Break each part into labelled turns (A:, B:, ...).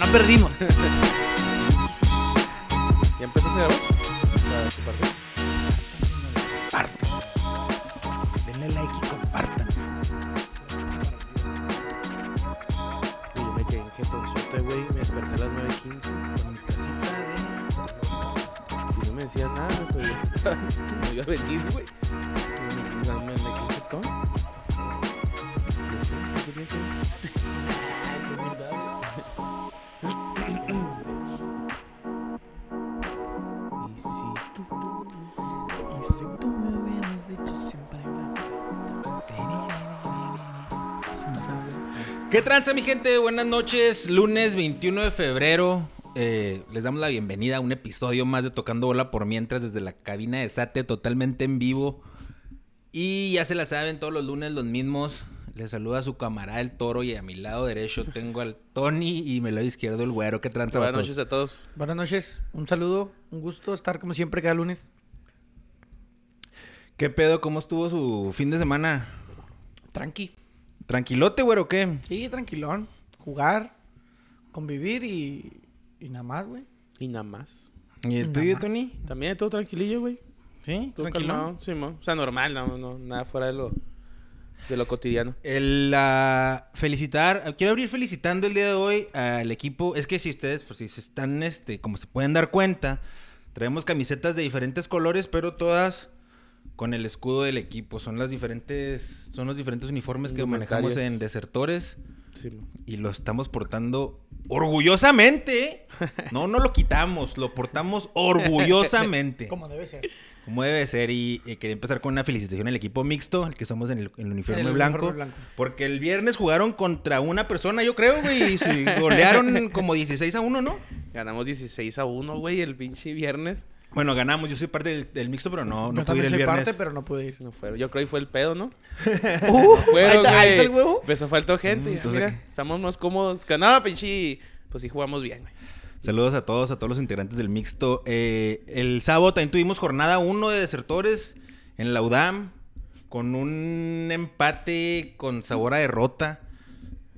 A: Ah,
B: perdimos.
C: ¿Ya empezaste a grabar? ¿La- tu parte?
B: Denle like y compartan.
C: Oye, me quedé en jetonzote, güey. Me desperté a las 9.15 con mi tacita, güey. Si no me decían nada, pues yo me iba a venir, güey. Y Me, me, me quedé jetón. Yo sí, ¿qué tiene que ver? Y sí, tú,
A: Y si tú me hubieras dicho siempre
B: ¿Qué tranza, mi gente? Buenas noches. Lunes 21 de febrero. Eh, les damos la bienvenida a un episodio más de Tocando Bola por Mientras desde la cabina de Sate, totalmente en vivo. Y ya se la saben, todos los lunes los mismos. Les saluda a su camarada el toro y a mi lado derecho tengo al Tony y mi lado izquierdo el güero. ¿Qué tranza,
C: Buenas
B: vatos?
C: noches a todos.
A: Buenas noches, un saludo, un gusto estar como siempre cada lunes.
B: ¿Qué pedo? ¿Cómo estuvo su fin de semana?
A: Tranqui.
B: ¿Tranquilote, güero, o qué?
A: Sí, tranquilón. Jugar, convivir y, y nada más, güey.
C: Y nada más.
B: ¿Y el
A: Nada
B: tuyo,
A: más.
B: Tony?
C: También todo tranquilillo, güey.
B: ¿Sí?
C: Todo
B: ¿Tranquilón?
C: calmado, sí, mo. O sea, normal, no, no, nada fuera de lo, de lo cotidiano.
B: El ah, felicitar, quiero abrir felicitando el día de hoy al equipo. Es que si ustedes, pues si se están, este, como se pueden dar cuenta, traemos camisetas de diferentes colores, pero todas con el escudo del equipo. Son las diferentes, son los diferentes uniformes que manejamos
C: Indumentarios.
B: en Desertores
C: Sí, mo.
B: y lo estamos portando orgullosamente. No, no lo quitamos, lo portamos orgullosamente.
A: Como debe ser.
B: Como debe ser, y, eh, quería empezar con una felicitación al equipo mixto, el que somos en el, en el uniforme,
A: En el
B: blanco,
A: uniforme blanco.
B: Porque el viernes jugaron contra una persona, yo creo, güey, y se golearon como 16 a 1, ¿no?
C: Ganamos 16 a 1, güey, el pinche viernes.
B: Bueno, ganamos, yo soy parte del, del mixto, pero no,
A: Yo
B: no pude ir
A: también
B: el
A: soy
B: viernes.
A: parte, pero no pude ir.
C: No fueron. Yo creo que fue el pedo, ¿no?
A: Uh,
C: Fueron,
A: ahí, está, ahí está el
C: güey.
A: huevo.
C: Pues faltó gente.
B: Mm,
C: ya,
B: entonces-
C: mira, estamos más cómodos. Ganaba, pinche. Pues sí, jugamos bien, güey.
B: Saludos a todos, a todos los integrantes del mixto. Eh, el sábado también tuvimos jornada 1 de desertores en la UDAM, con un empate con sabor a derrota.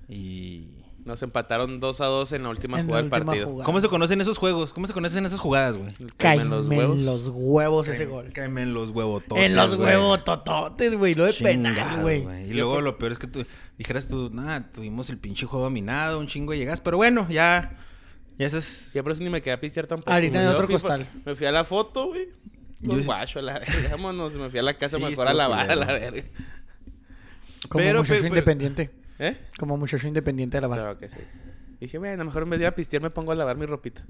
B: Y...
C: Nos empataron 2 a 2 en la última
A: En la
C: jugada del
A: última
C: partido.
A: jugada.
B: ¿Cómo se conocen esos juegos? ¿Cómo se conocen esas jugadas, güey?
C: El que
A: Caen
C: en
A: los
C: los
A: huevos,
C: huevos.
A: ese gol.
B: Cáeme en los huevototes.
A: En los
B: güey.
A: huevos tototes, güey. Lo de penal,
B: Chingados,
A: güey.
B: Y luego lo peor es que tú dijeras tú, nada, tuvimos el pinche juego dominado, un chingo de llegadas, pero bueno, ya. Ya eso es.
C: Ya por eso ni me quedé a pistear tampoco.
A: Ahorita
C: güey.
A: en
C: Yo
A: otro
C: fui pa-
A: costal.
C: Me fui a la foto, güey.
B: Yo
C: Los
B: sí-
C: guacho, a la verga. Vámonos, me fui a la casa
B: Sí,
C: mejor a
B: estuvo
C: lavar, a la
B: culero.
C: verga.
A: Como
B: Pero,
A: muchacho
B: pero-
A: independiente.
C: ¿Eh?
A: Como muchacho independiente de la barra.
C: Claro que sí. Dije, bueno, mejor en vez de ir a pistear me pongo a lavar mi ropita.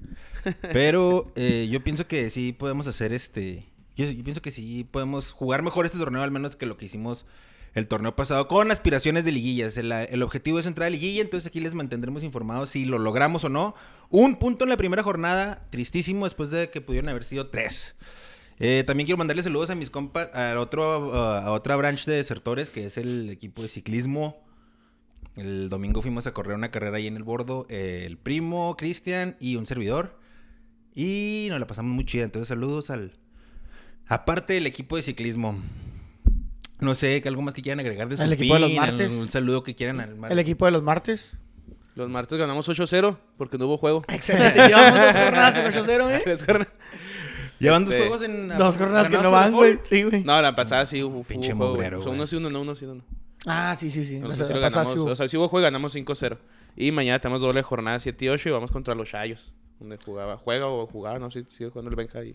B: Pero eh, yo pienso que sí podemos hacer este. Yo, yo pienso que sí podemos jugar mejor este torneo, al menos que lo que hicimos el torneo pasado, con aspiraciones de liguillas. El, el objetivo es entrar a liguilla, entonces aquí les mantendremos informados si lo logramos o no. Un punto en la primera jornada, tristísimo, después de que pudieron haber sido tres. Eh, también quiero mandarle saludos a mis compas, a, otro, a a otra branch de desertores, que es el equipo de ciclismo. El domingo fuimos a correr una carrera ahí en el bordo, eh, el primo, Cristian y un servidor. Y nos la pasamos muy chida. Entonces, saludos al. Aparte del equipo de ciclismo. No sé, que algo más que quieran agregar de su
A: Al equipo de los
B: fin,
A: martes.
B: Un saludo que quieran al mar-
A: El equipo de los martes.
C: Los martes ganamos 8-0 porque no hubo juego.
A: Excelente. Llevamos dos
B: Ah,
A: jornadas en 8-0, ¿eh?
C: Tres jornadas.
B: Llevan dos
C: Este,
B: juegos en.
A: Dos jornadas que no
B: ganados
A: van,
B: por
A: güey.
B: default.
A: Sí, güey.
C: No, la pasada sí hubo, hubo
B: Pinche
C: juego. güey.
B: mugrero,
C: O sea, uno
B: güey.
C: sí, uno no, uno sí, uno no.
A: Ah, sí, sí, sí. La
C: Nosotros sí lo
A: semana pasada
C: ganamos.
A: sí hubo.
C: O sea, sí hubo juego y ganamos 5-0. Y mañana tenemos doble jornada 7 y 8 y vamos contra los Chayos. Donde jugaba, juega o jugaba, no sé, sigue jugando el Benja ahí.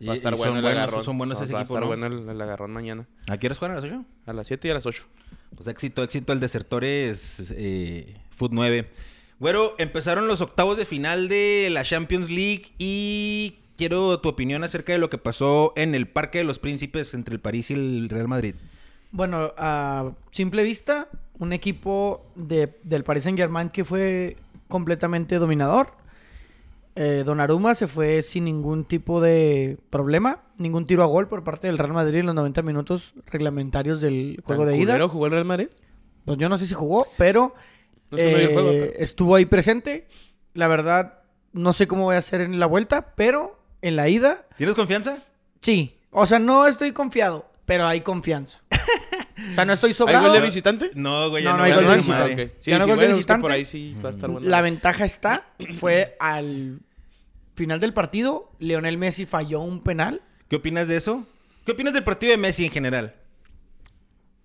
B: Y-
C: Va a estar
B: y
C: bueno
B: son
C: el
B: buenos,
C: agarrón.
B: son buenos
C: Va-
B: ese
C: va
B: equipo,
C: a estar
B: ¿no?
C: bueno el, el agarrón mañana.
B: ¿A qué horas juegan a las 8?
C: A las 7 y a las 8.
B: Pues éxito, éxito al Desertores eh, Food 9. Güero, empezaron los octavos de final de la Champions League y quiero tu opinión acerca de lo que pasó en el Parque de los Príncipes entre el París y el Real Madrid.
A: Bueno, a simple vista, un equipo de, del Paris Saint Germain que fue completamente dominador. Eh, Donnarumma se fue sin ningún tipo de problema, ningún tiro a gol por parte del Real Madrid en los 90 minutos reglamentarios del juego de ida.
C: jugó el Real Madrid?
A: Pues yo no sé si jugó, pero
C: No sé, no vi el juego,
A: eh,
C: pero-
A: estuvo ahí presente. La verdad, no sé cómo voy a hacer en la vuelta, pero en la ida
B: ¿Tienes confianza?
A: Sí. O sea, no estoy confiado, pero hay confianza. O sea, no estoy
C: ¿Hay
A: sobrado.
C: gol de visitante?
B: No, güey, ya
A: No,
B: no,
A: no hay
B: vale
A: gol de
B: ni
A: visitante.
B: madre.
C: Ah, ok. Sí,
A: Ya no
C: sí,
A: gol de
C: bueno, es que
A: visitante.
C: Por ahí sí va a estar bueno.
A: La ventaja está, fue al final del partido, Leonel Messi falló un penal.
B: ¿Qué opinas de eso? ¿Qué opinas del partido de Messi en general?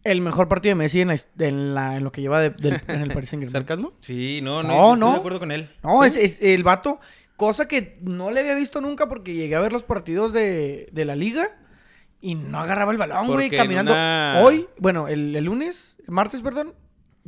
A: El mejor partido de Messi en, la, en, la- en lo que lleva de- del- en el Paris Saint Germain.
C: ¿Sarcasmo?
B: Sí, no, no,
A: No,
B: no estoy
A: no.
B: de acuerdo con él.
A: No, es, es el vato, cosa que no le había visto nunca porque llegué a ver los partidos de, de la liga y no agarraba el balón, güey,
C: Porque en
A: caminando.
C: una-
A: Hoy, bueno, el, el lunes, martes, perdón,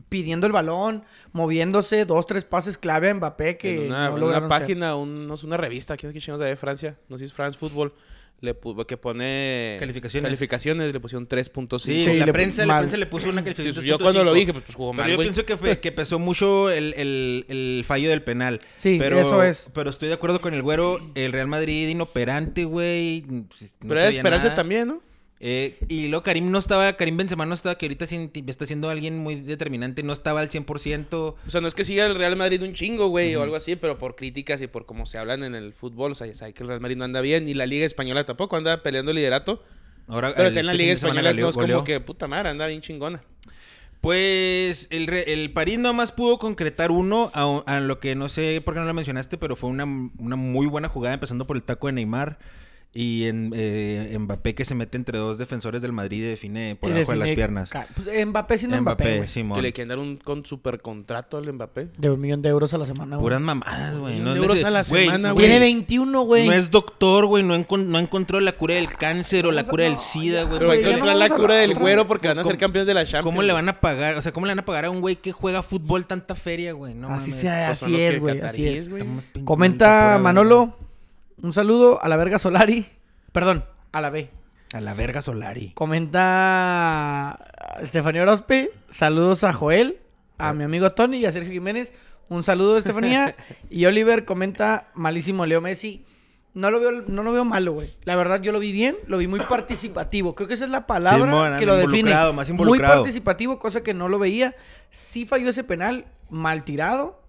A: pidiendo el balón, moviéndose, dos, tres pases clave a Mbappé que
C: en una,
A: no
C: en
A: lograron
C: una
A: hacer.
C: página, un- no sé, una revista, quién es que chingados de Francia, no sé si es France Football, le pu- que pone
B: Calificaciones.
C: calificaciones, le pusieron 3.5.
B: Sí,
A: Sí,
B: la,
A: le-
B: prensa, la
A: mal.
B: prensa le puso una calificación.
C: yo cuando lo
B: 3.5.
C: dije, pues, pues jugó
B: Pero
C: mal,
B: yo
C: güey.
B: pienso que, fue- que pesó mucho el, el- el fallo del penal.
A: Sí,
B: pero,
A: eso es.
B: Pero estoy de acuerdo con el güero. El Real Madrid inoperante, güey. pues, no
C: Pero era de
B: sabía
C: esperarse
B: nada.
C: también, ¿no?
B: Eh, y luego Karim no estaba, Karim Benzema no estaba, que ahorita sí está siendo alguien muy determinante, no estaba al 100%.
C: O sea, no es que siga el Real Madrid un chingo, güey, o algo así, pero por críticas y por cómo se hablan en el fútbol, o sea, ya sabe que el Real Madrid no anda bien, ni la Liga Española tampoco anda peleando el liderato.
B: Ahora,
C: Pero
B: el-
C: está en la
B: este
C: Liga
B: fin de semana
C: Española
B: goleó-
C: no es
B: goleó.
C: como que puta madre, anda bien chingona.
B: Pues el, re- el París nomás pudo concretar uno, a, a lo que no sé por qué no lo mencionaste, pero fue una, una muy buena jugada, empezando por el taco de Neymar y en eh, Mbappé que se mete entre dos defensores del Madrid y define por
A: Y
B: debajo de las
A: define-
B: piernas.
A: ca- pues, Mbappé siendo Mbappé,
B: Mbappé,
A: güey.
B: Simón.
C: Que le quieren dar un con super contrato al Mbappé.
A: De un millón de euros a la semana, güey.
B: Puras mamadas, güey.
C: Un
B: No
C: euros
B: nece-
C: a la
B: güey,
C: semana,
B: güey,
A: Tiene 21, güey.
B: No es doctor, güey. No, encon- no encontró la cura del cáncer o la
A: Vamos a-
B: cura del
A: no,
B: SIDA,
A: ya,
B: güey.
C: Pero
A: güey,
C: hay que
B: porque-
A: ya no
C: entrar la
A: vamos a
C: cura
A: hablar
C: del
A: otra
C: güero
A: vez.
C: porque van a ser
B: ¿Cómo-
C: campeones de la Champions.
B: ¿Cómo le van a pagar? O sea, ¿cómo le van a pagar a un güey que juega fútbol tanta feria, güey? No
A: así
B: mames.
A: sea,
C: Pues son
A: así
C: los
A: es,
C: que
A: güey, así
C: catarís,
A: es.
C: güey.
B: Estamos pin-
A: Comenta
B: pura verga.
A: Manolo, un saludo a la verga Solari. Perdón, a la B.
B: A la verga Solari.
A: Comenta Estefanía Orozpe, saludos a Joel, a mi amigo Tony y a Sergio Jiménez. Un saludo, Estefanía. y Oliver comenta, malísimo Leo Messi. No lo veo, no lo veo malo, güey. La verdad, yo lo vi bien, lo vi muy participativo. Creo que esa es la palabra
B: Simón,
A: que lo define.
B: involucrado, más involucrado.
A: Muy participativo, cosa que no lo veía. Sí falló ese penal, mal tirado.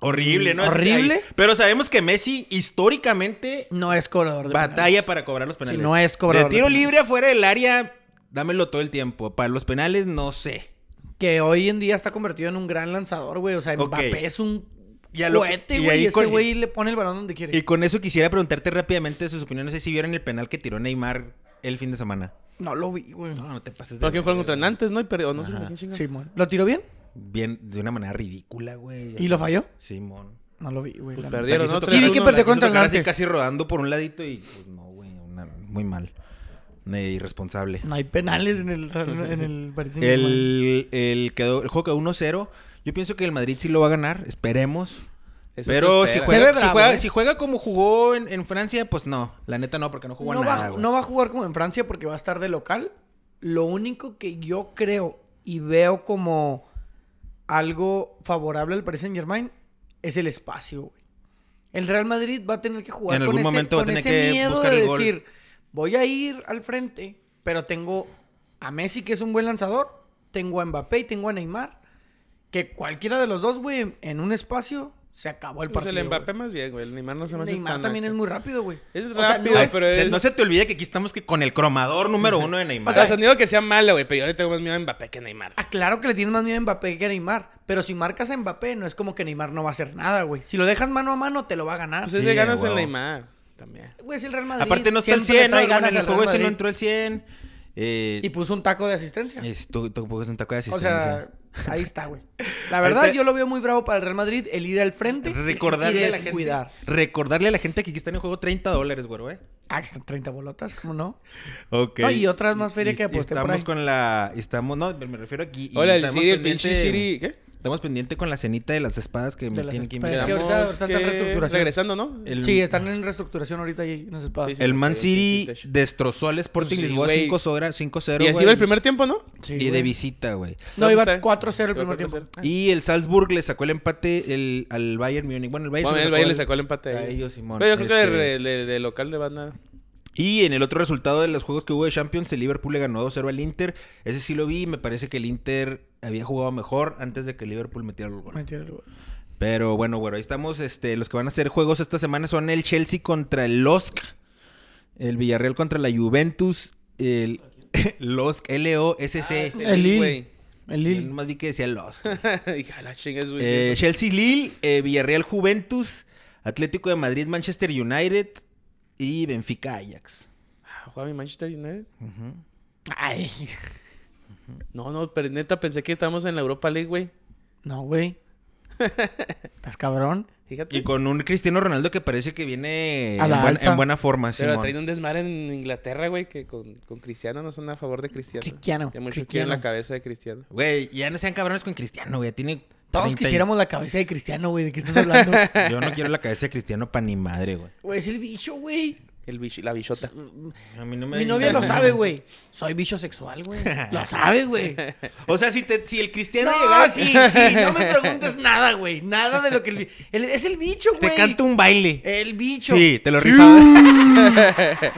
B: Horrible, ¿no? Ese-
A: Horrible.
B: ahí- Pero sabemos que Messi históricamente
A: No es corredor de penales.
B: batalla para cobrar los penales.
A: Sí, no es cobrador
B: De tiro
A: de penales.
B: libre afuera del área, dámelo todo el tiempo. Para los penales, no sé.
A: Que hoy en día está convertido en un gran lanzador, güey. O sea,
B: Ok.
A: Mbappé es un
B: Y a lo-
A: cohete,
B: y
A: güey.
B: ahí
A: Y ese
B: con-
A: güey le pone el balón donde quiere.
B: Y con eso quisiera preguntarte rápidamente sus opiniones. No sé si vieron el penal que tiró Neymar el fin de semana.
A: No lo vi, güey.
B: No, no te pases de.
C: Porque juegan
B: verga,
C: contra Nantes, ¿no? Y perdió, no sé
B: Ajá.
C: contra quién chingado.
A: Sí, mon. ¿Lo tiró bien?
B: Bien, de una manera ridícula, güey.
A: ¿Y lo falló?
B: Simón.
A: No lo vi, güey.
C: Pues
A: la neta.
C: perdieron,
B: La
C: ¿no?
B: quiso
A: Sí, vi que
C: 3-1,
A: perdió
B: Quiso
A: contra el
B: tocar así
A: Nantes.
B: casi rodando por un ladito y pues no, güey, una- muy mal. Eh, irresponsable.
A: No hay penales en el, en el Paris Saint-Germain.
B: El, el quedó, el juego quedó 1-0. Yo pienso que el Madrid sí lo va a ganar, esperemos.
C: Eso
B: Pero
C: se
B: si
C: espera.
A: Se ve
B: juega, si,
A: bravo,
B: juega,
A: ¿eh?
B: si juega como jugó en, en Francia, pues no. La neta no, porque no jugó
A: no,
B: nada.
A: va,
B: güey.
A: no va a jugar como en Francia porque va a estar de local. Lo único que yo creo y veo como algo favorable al Paris Saint Germain es el espacio, güey. El Real Madrid va a tener que jugar
B: En
A: con
B: algún
A: ese,
B: momento va a
A: con
B: tener
A: ese
B: que
A: miedo
B: buscar
A: de
B: el gol.
A: decir, voy a ir al frente, pero tengo a Messi que es un buen lanzador, tengo a Mbappé y tengo a Neymar, que cualquiera de los dos, güey, en un espacio se acabó el
C: Pues
A: partido.
C: el Mbappé
A: güey.
C: más bien, güey. El Neymar no se me hace
A: Neymar
C: tan
A: también
C: acá.
A: es muy rápido, güey.
C: Es
A: O sea, no
C: rápido,
A: es-
C: pero
B: O sea,
C: es-
B: no se te olvide que aquí estamos que con el cromador número uno de
C: O
B: Neymar.
C: sea, sonido que sea malo, güey, pero yo le tengo más miedo a Mbappé que a Neymar.
A: Ah, claro que le tienes más miedo a Mbappé que a Neymar. Pero si marcas a Mbappé, no es como que Neymar no va a hacer nada, güey. Si lo dejas mano a mano, te lo va a ganar.
C: Pues
B: sí,
C: es de ganas
B: huevo.
C: en Neymar también.
A: Güey, es el Real Madrid.
B: Aparte no está el
A: siempre le
B: 100, ¿no?
A: trae
B: Bueno,
A: ganas
B: en el
A: al
B: juego
A: Real
B: ese no
A: Madrid.
B: entró el 100. Eh,
A: Y puso un taco de asistencia.
B: es- tú, tú pones un taco de
A: O
B: asistencia.
A: sea, ahí está, güey. La verdad,
B: Ahorita-
A: yo lo veo muy bravo para el Real Madrid, el ir al frente
B: Recordarle
A: y
B: a la gente.
A: descuidar.
B: Recordarle a la gente que aquí está en el juego 30 dólares, güey, ¿eh?
A: Ah, que están 30 bolotas, ¿cómo no?
B: Ok.
A: No, y otras más feria
B: Y-
A: que
B: y
A: aposté por
B: Estamos
A: ahí.
B: con la. Estamos. No, me me refiero aquí. y
C: Hola, el
B: estamos
C: Siri, el
B: pendiente-
C: pinche Siri. ¿Qué?
B: Estamos pendiente con la cenita de las espadas que me
A: las
B: tienen que
A: espadas. Pues Es
B: invitar.
A: que ahorita- ahorita está en reestructuración. Eh,
C: Regresando, ¿no?
B: El-
A: Sí, están en reestructuración ahorita y nos espadas.
C: Sí, sí.
B: El Man
C: Sí, sí,
B: City
C: sí, sí.
B: destrozó al Sporting
C: Sí,
B: Lisboa
C: güey.
B: 5 horas- 5-0.
C: Y así
B: güey.
C: va el primer tiempo, ¿no?
A: Sí,
B: Y
A: güey.
B: de visita, güey.
A: No, iba
C: Está-
A: 4-0 el
C: iba
A: primer tiempo.
C: 4-0. Ah.
B: Y el Salzburg le sacó el empate el- al Bayern Múnich. Bueno, el Bayern,
C: Bueno,
B: se
C: el
B: lo
C: Bayern le
B: al-
C: sacó el empate
B: a
C: ahí.
B: ellos, Simón.
C: Pero yo creo que
B: Este,
C: de, de- de local le van a...
B: Y en el otro resultado de los juegos que hubo de Champions, el Liverpool le ganó 2-0 al Inter. Ese sí lo vi y me parece que el Inter había jugado mejor antes de que el Liverpool metiera el gol.
A: Mentira, güey.
B: Pero bueno, güero, ahí estamos. Este, los que van a hacer juegos esta semana son el Chelsea contra el LOSC, el Villarreal contra la Juventus, el, LOSC, L-O-S-C.
C: Ah,
A: El Lille.
C: güey.
A: El
B: Yo
A: Lille.
B: nomás vi que decía LOSC.
C: Dije, "A la chinga es, güey".
B: Eh, Chelsea Lille, eh, Villarreal Juventus, Atlético de Madrid, Manchester United y Benfica Ajax.
C: Ah, ¿Juega mi Manchester United?
B: Ujú.
C: Ay. No, no, pero neta pensé que estábamos en la Europa League, güey.
A: No, güey. Estás cabrón.
C: Fíjate.
B: Y con un Cristiano Ronaldo que parece que viene
A: A
B: en,
A: la
B: buen-
A: alza.
B: en buena forma.
C: Pero
B: Simón.
C: traen un desmar en Inglaterra, güey, que con, con Cristiano no son a favor de Cristiano.
A: Cristiano,
C: Ya mucho
A: Cristiano.
C: quieren la cabeza de Cristiano.
B: Güey, ya no sean cabrones con Cristiano, güey. Tiene
A: Todos
B: 30 y-
A: quisiéramos la cabeza de Cristiano, güey. ¿De qué estás hablando?
B: Yo no quiero la cabeza de Cristiano pa' ni madre, güey.
A: Güey, es el bicho, güey.
C: El bicho, la bichota.
B: A mí no me-
A: Mi novia lo sabe, güey. Soy bicho sexual, güey. Lo sabe, güey.
B: O sea, si, te- si el Cristiano
A: No,
B: llegara,
A: sí, sí. No me preguntes nada, güey. Nada de lo que... el- el- es el bicho,
B: te
A: güey.
B: canta un baile.
A: El bicho.
B: Sí, te lo rifaba.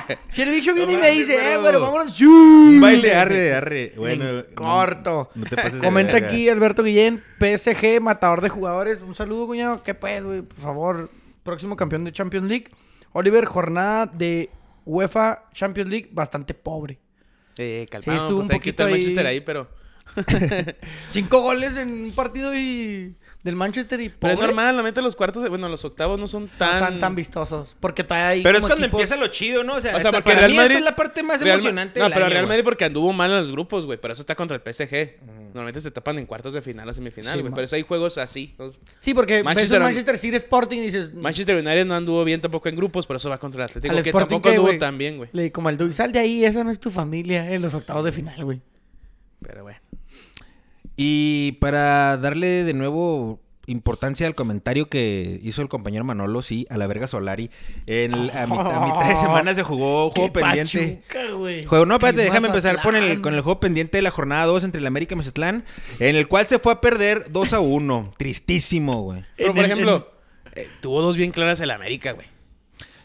A: Si el bicho viene
B: No
A: y me
B: mames,
A: dice, eh,
B: pero-
A: bueno, vámonos.
B: Un baile, arre, arre. Bueno,
A: En
B: no-
A: corto.
B: no te pases de
A: Comenta
B: verga.
A: aquí Alberto Guillén, PSG, matador de jugadores. Un saludo, cuñado. ¿Qué pues, güey? Por favor, próximo campeón de Champions League. Oliver, jornada de UEFA Champions League bastante pobre.
C: Eh, calmado,
A: estuvo
C: pues,
A: un
C: hay que
A: poquito
C: quitar
A: ahí.
C: Manchester ahí, pero...
A: Cinco goles en un partido y del Manchester y
C: Pero
A: pobre.
C: es normal, la neta los cuartos, eh, bueno, los octavos no son
A: No
C: tan...
A: están tan vistosos. Porque todavía hay
B: Pero es
A: como
B: cuando
A: equipos-
B: empieza lo chido, ¿no? O sea,
C: O sea,
B: esta-
C: porque
B: para
C: Real
B: mí
C: Madrid...
B: esta es la parte más
C: Real Ma-
B: emocionante
C: No,
B: del
C: pero
B: año,
C: Real
B: güey. Mm.
C: Madrid porque anduvo mal en los grupos, güey. Por eso está contra el PSG. Normalmente se tapan en cuartos de final o semifinal,
A: Sí,
C: güey.
A: ma-
C: Por eso hay juegos así.
B: Mm.
A: Sí, porque ves
C: Manchester-
A: el Manchester City Sporting y dices...
C: Manchester United no anduvo bien tampoco en grupos, por eso va contra el Atlético,
A: al
C: que
A: Sporting
C: tampoco
A: qué,
C: anduvo
A: güey?
C: tan bien, güey.
A: Le di como al Duy, sal de ahí, esa no es tu familia en los octavos de final, güey.
C: Pero bueno.
B: Y para darle de nuevo importancia al comentario que hizo el compañero Manolo, sí, a la verga Solari. En el- a, mit- a mitad de semana se jugó juego
A: Qué
B: pendiente.
A: Pachuca, güey.
B: Juego, no,
A: Qué
B: espérate, déjame empezar con el,
A: Mazatlán.
B: con el juego pendiente de la jornada 2 entre el América y Mazatlán, en el cual se fue a perder 2 a 1. Tristísimo, güey.
C: Pero,
A: En
C: por
A: el-
C: ejemplo, eh, tuvo dos bien claras el América, güey.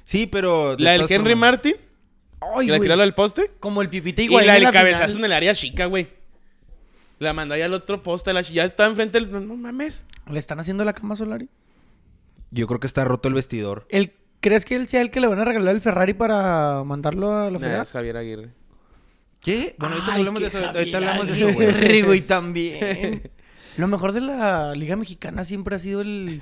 B: Sí, pero. de
C: La del
B: todas
C: Henry
B: formas-
C: Martin,
A: Ay,
C: que la
A: güey.
C: tiraron al poste.
A: Como el pipita
C: Y
A: igual.
C: la del cabezazo en el área chica, güey. La mandó ahí al otro poste. La... chi- Ya está enfrente del... No, no mames.
A: ¿Le están haciendo la cama a Solari?
B: Yo creo que está roto el vestidor.
A: ¿El, ¿Crees que él sea el que le van a regalar el Ferrari para mandarlo a la
C: Nah,
A: fregada?
C: es Javier Aguirre.
B: ¿Qué? Bueno, ahorita hablamos de eso. Ahorita hablamos de
A: Ay,
B: eso, güey.
A: Aguirre, güey, también. Lo mejor de la Liga Mexicana siempre ha sido el,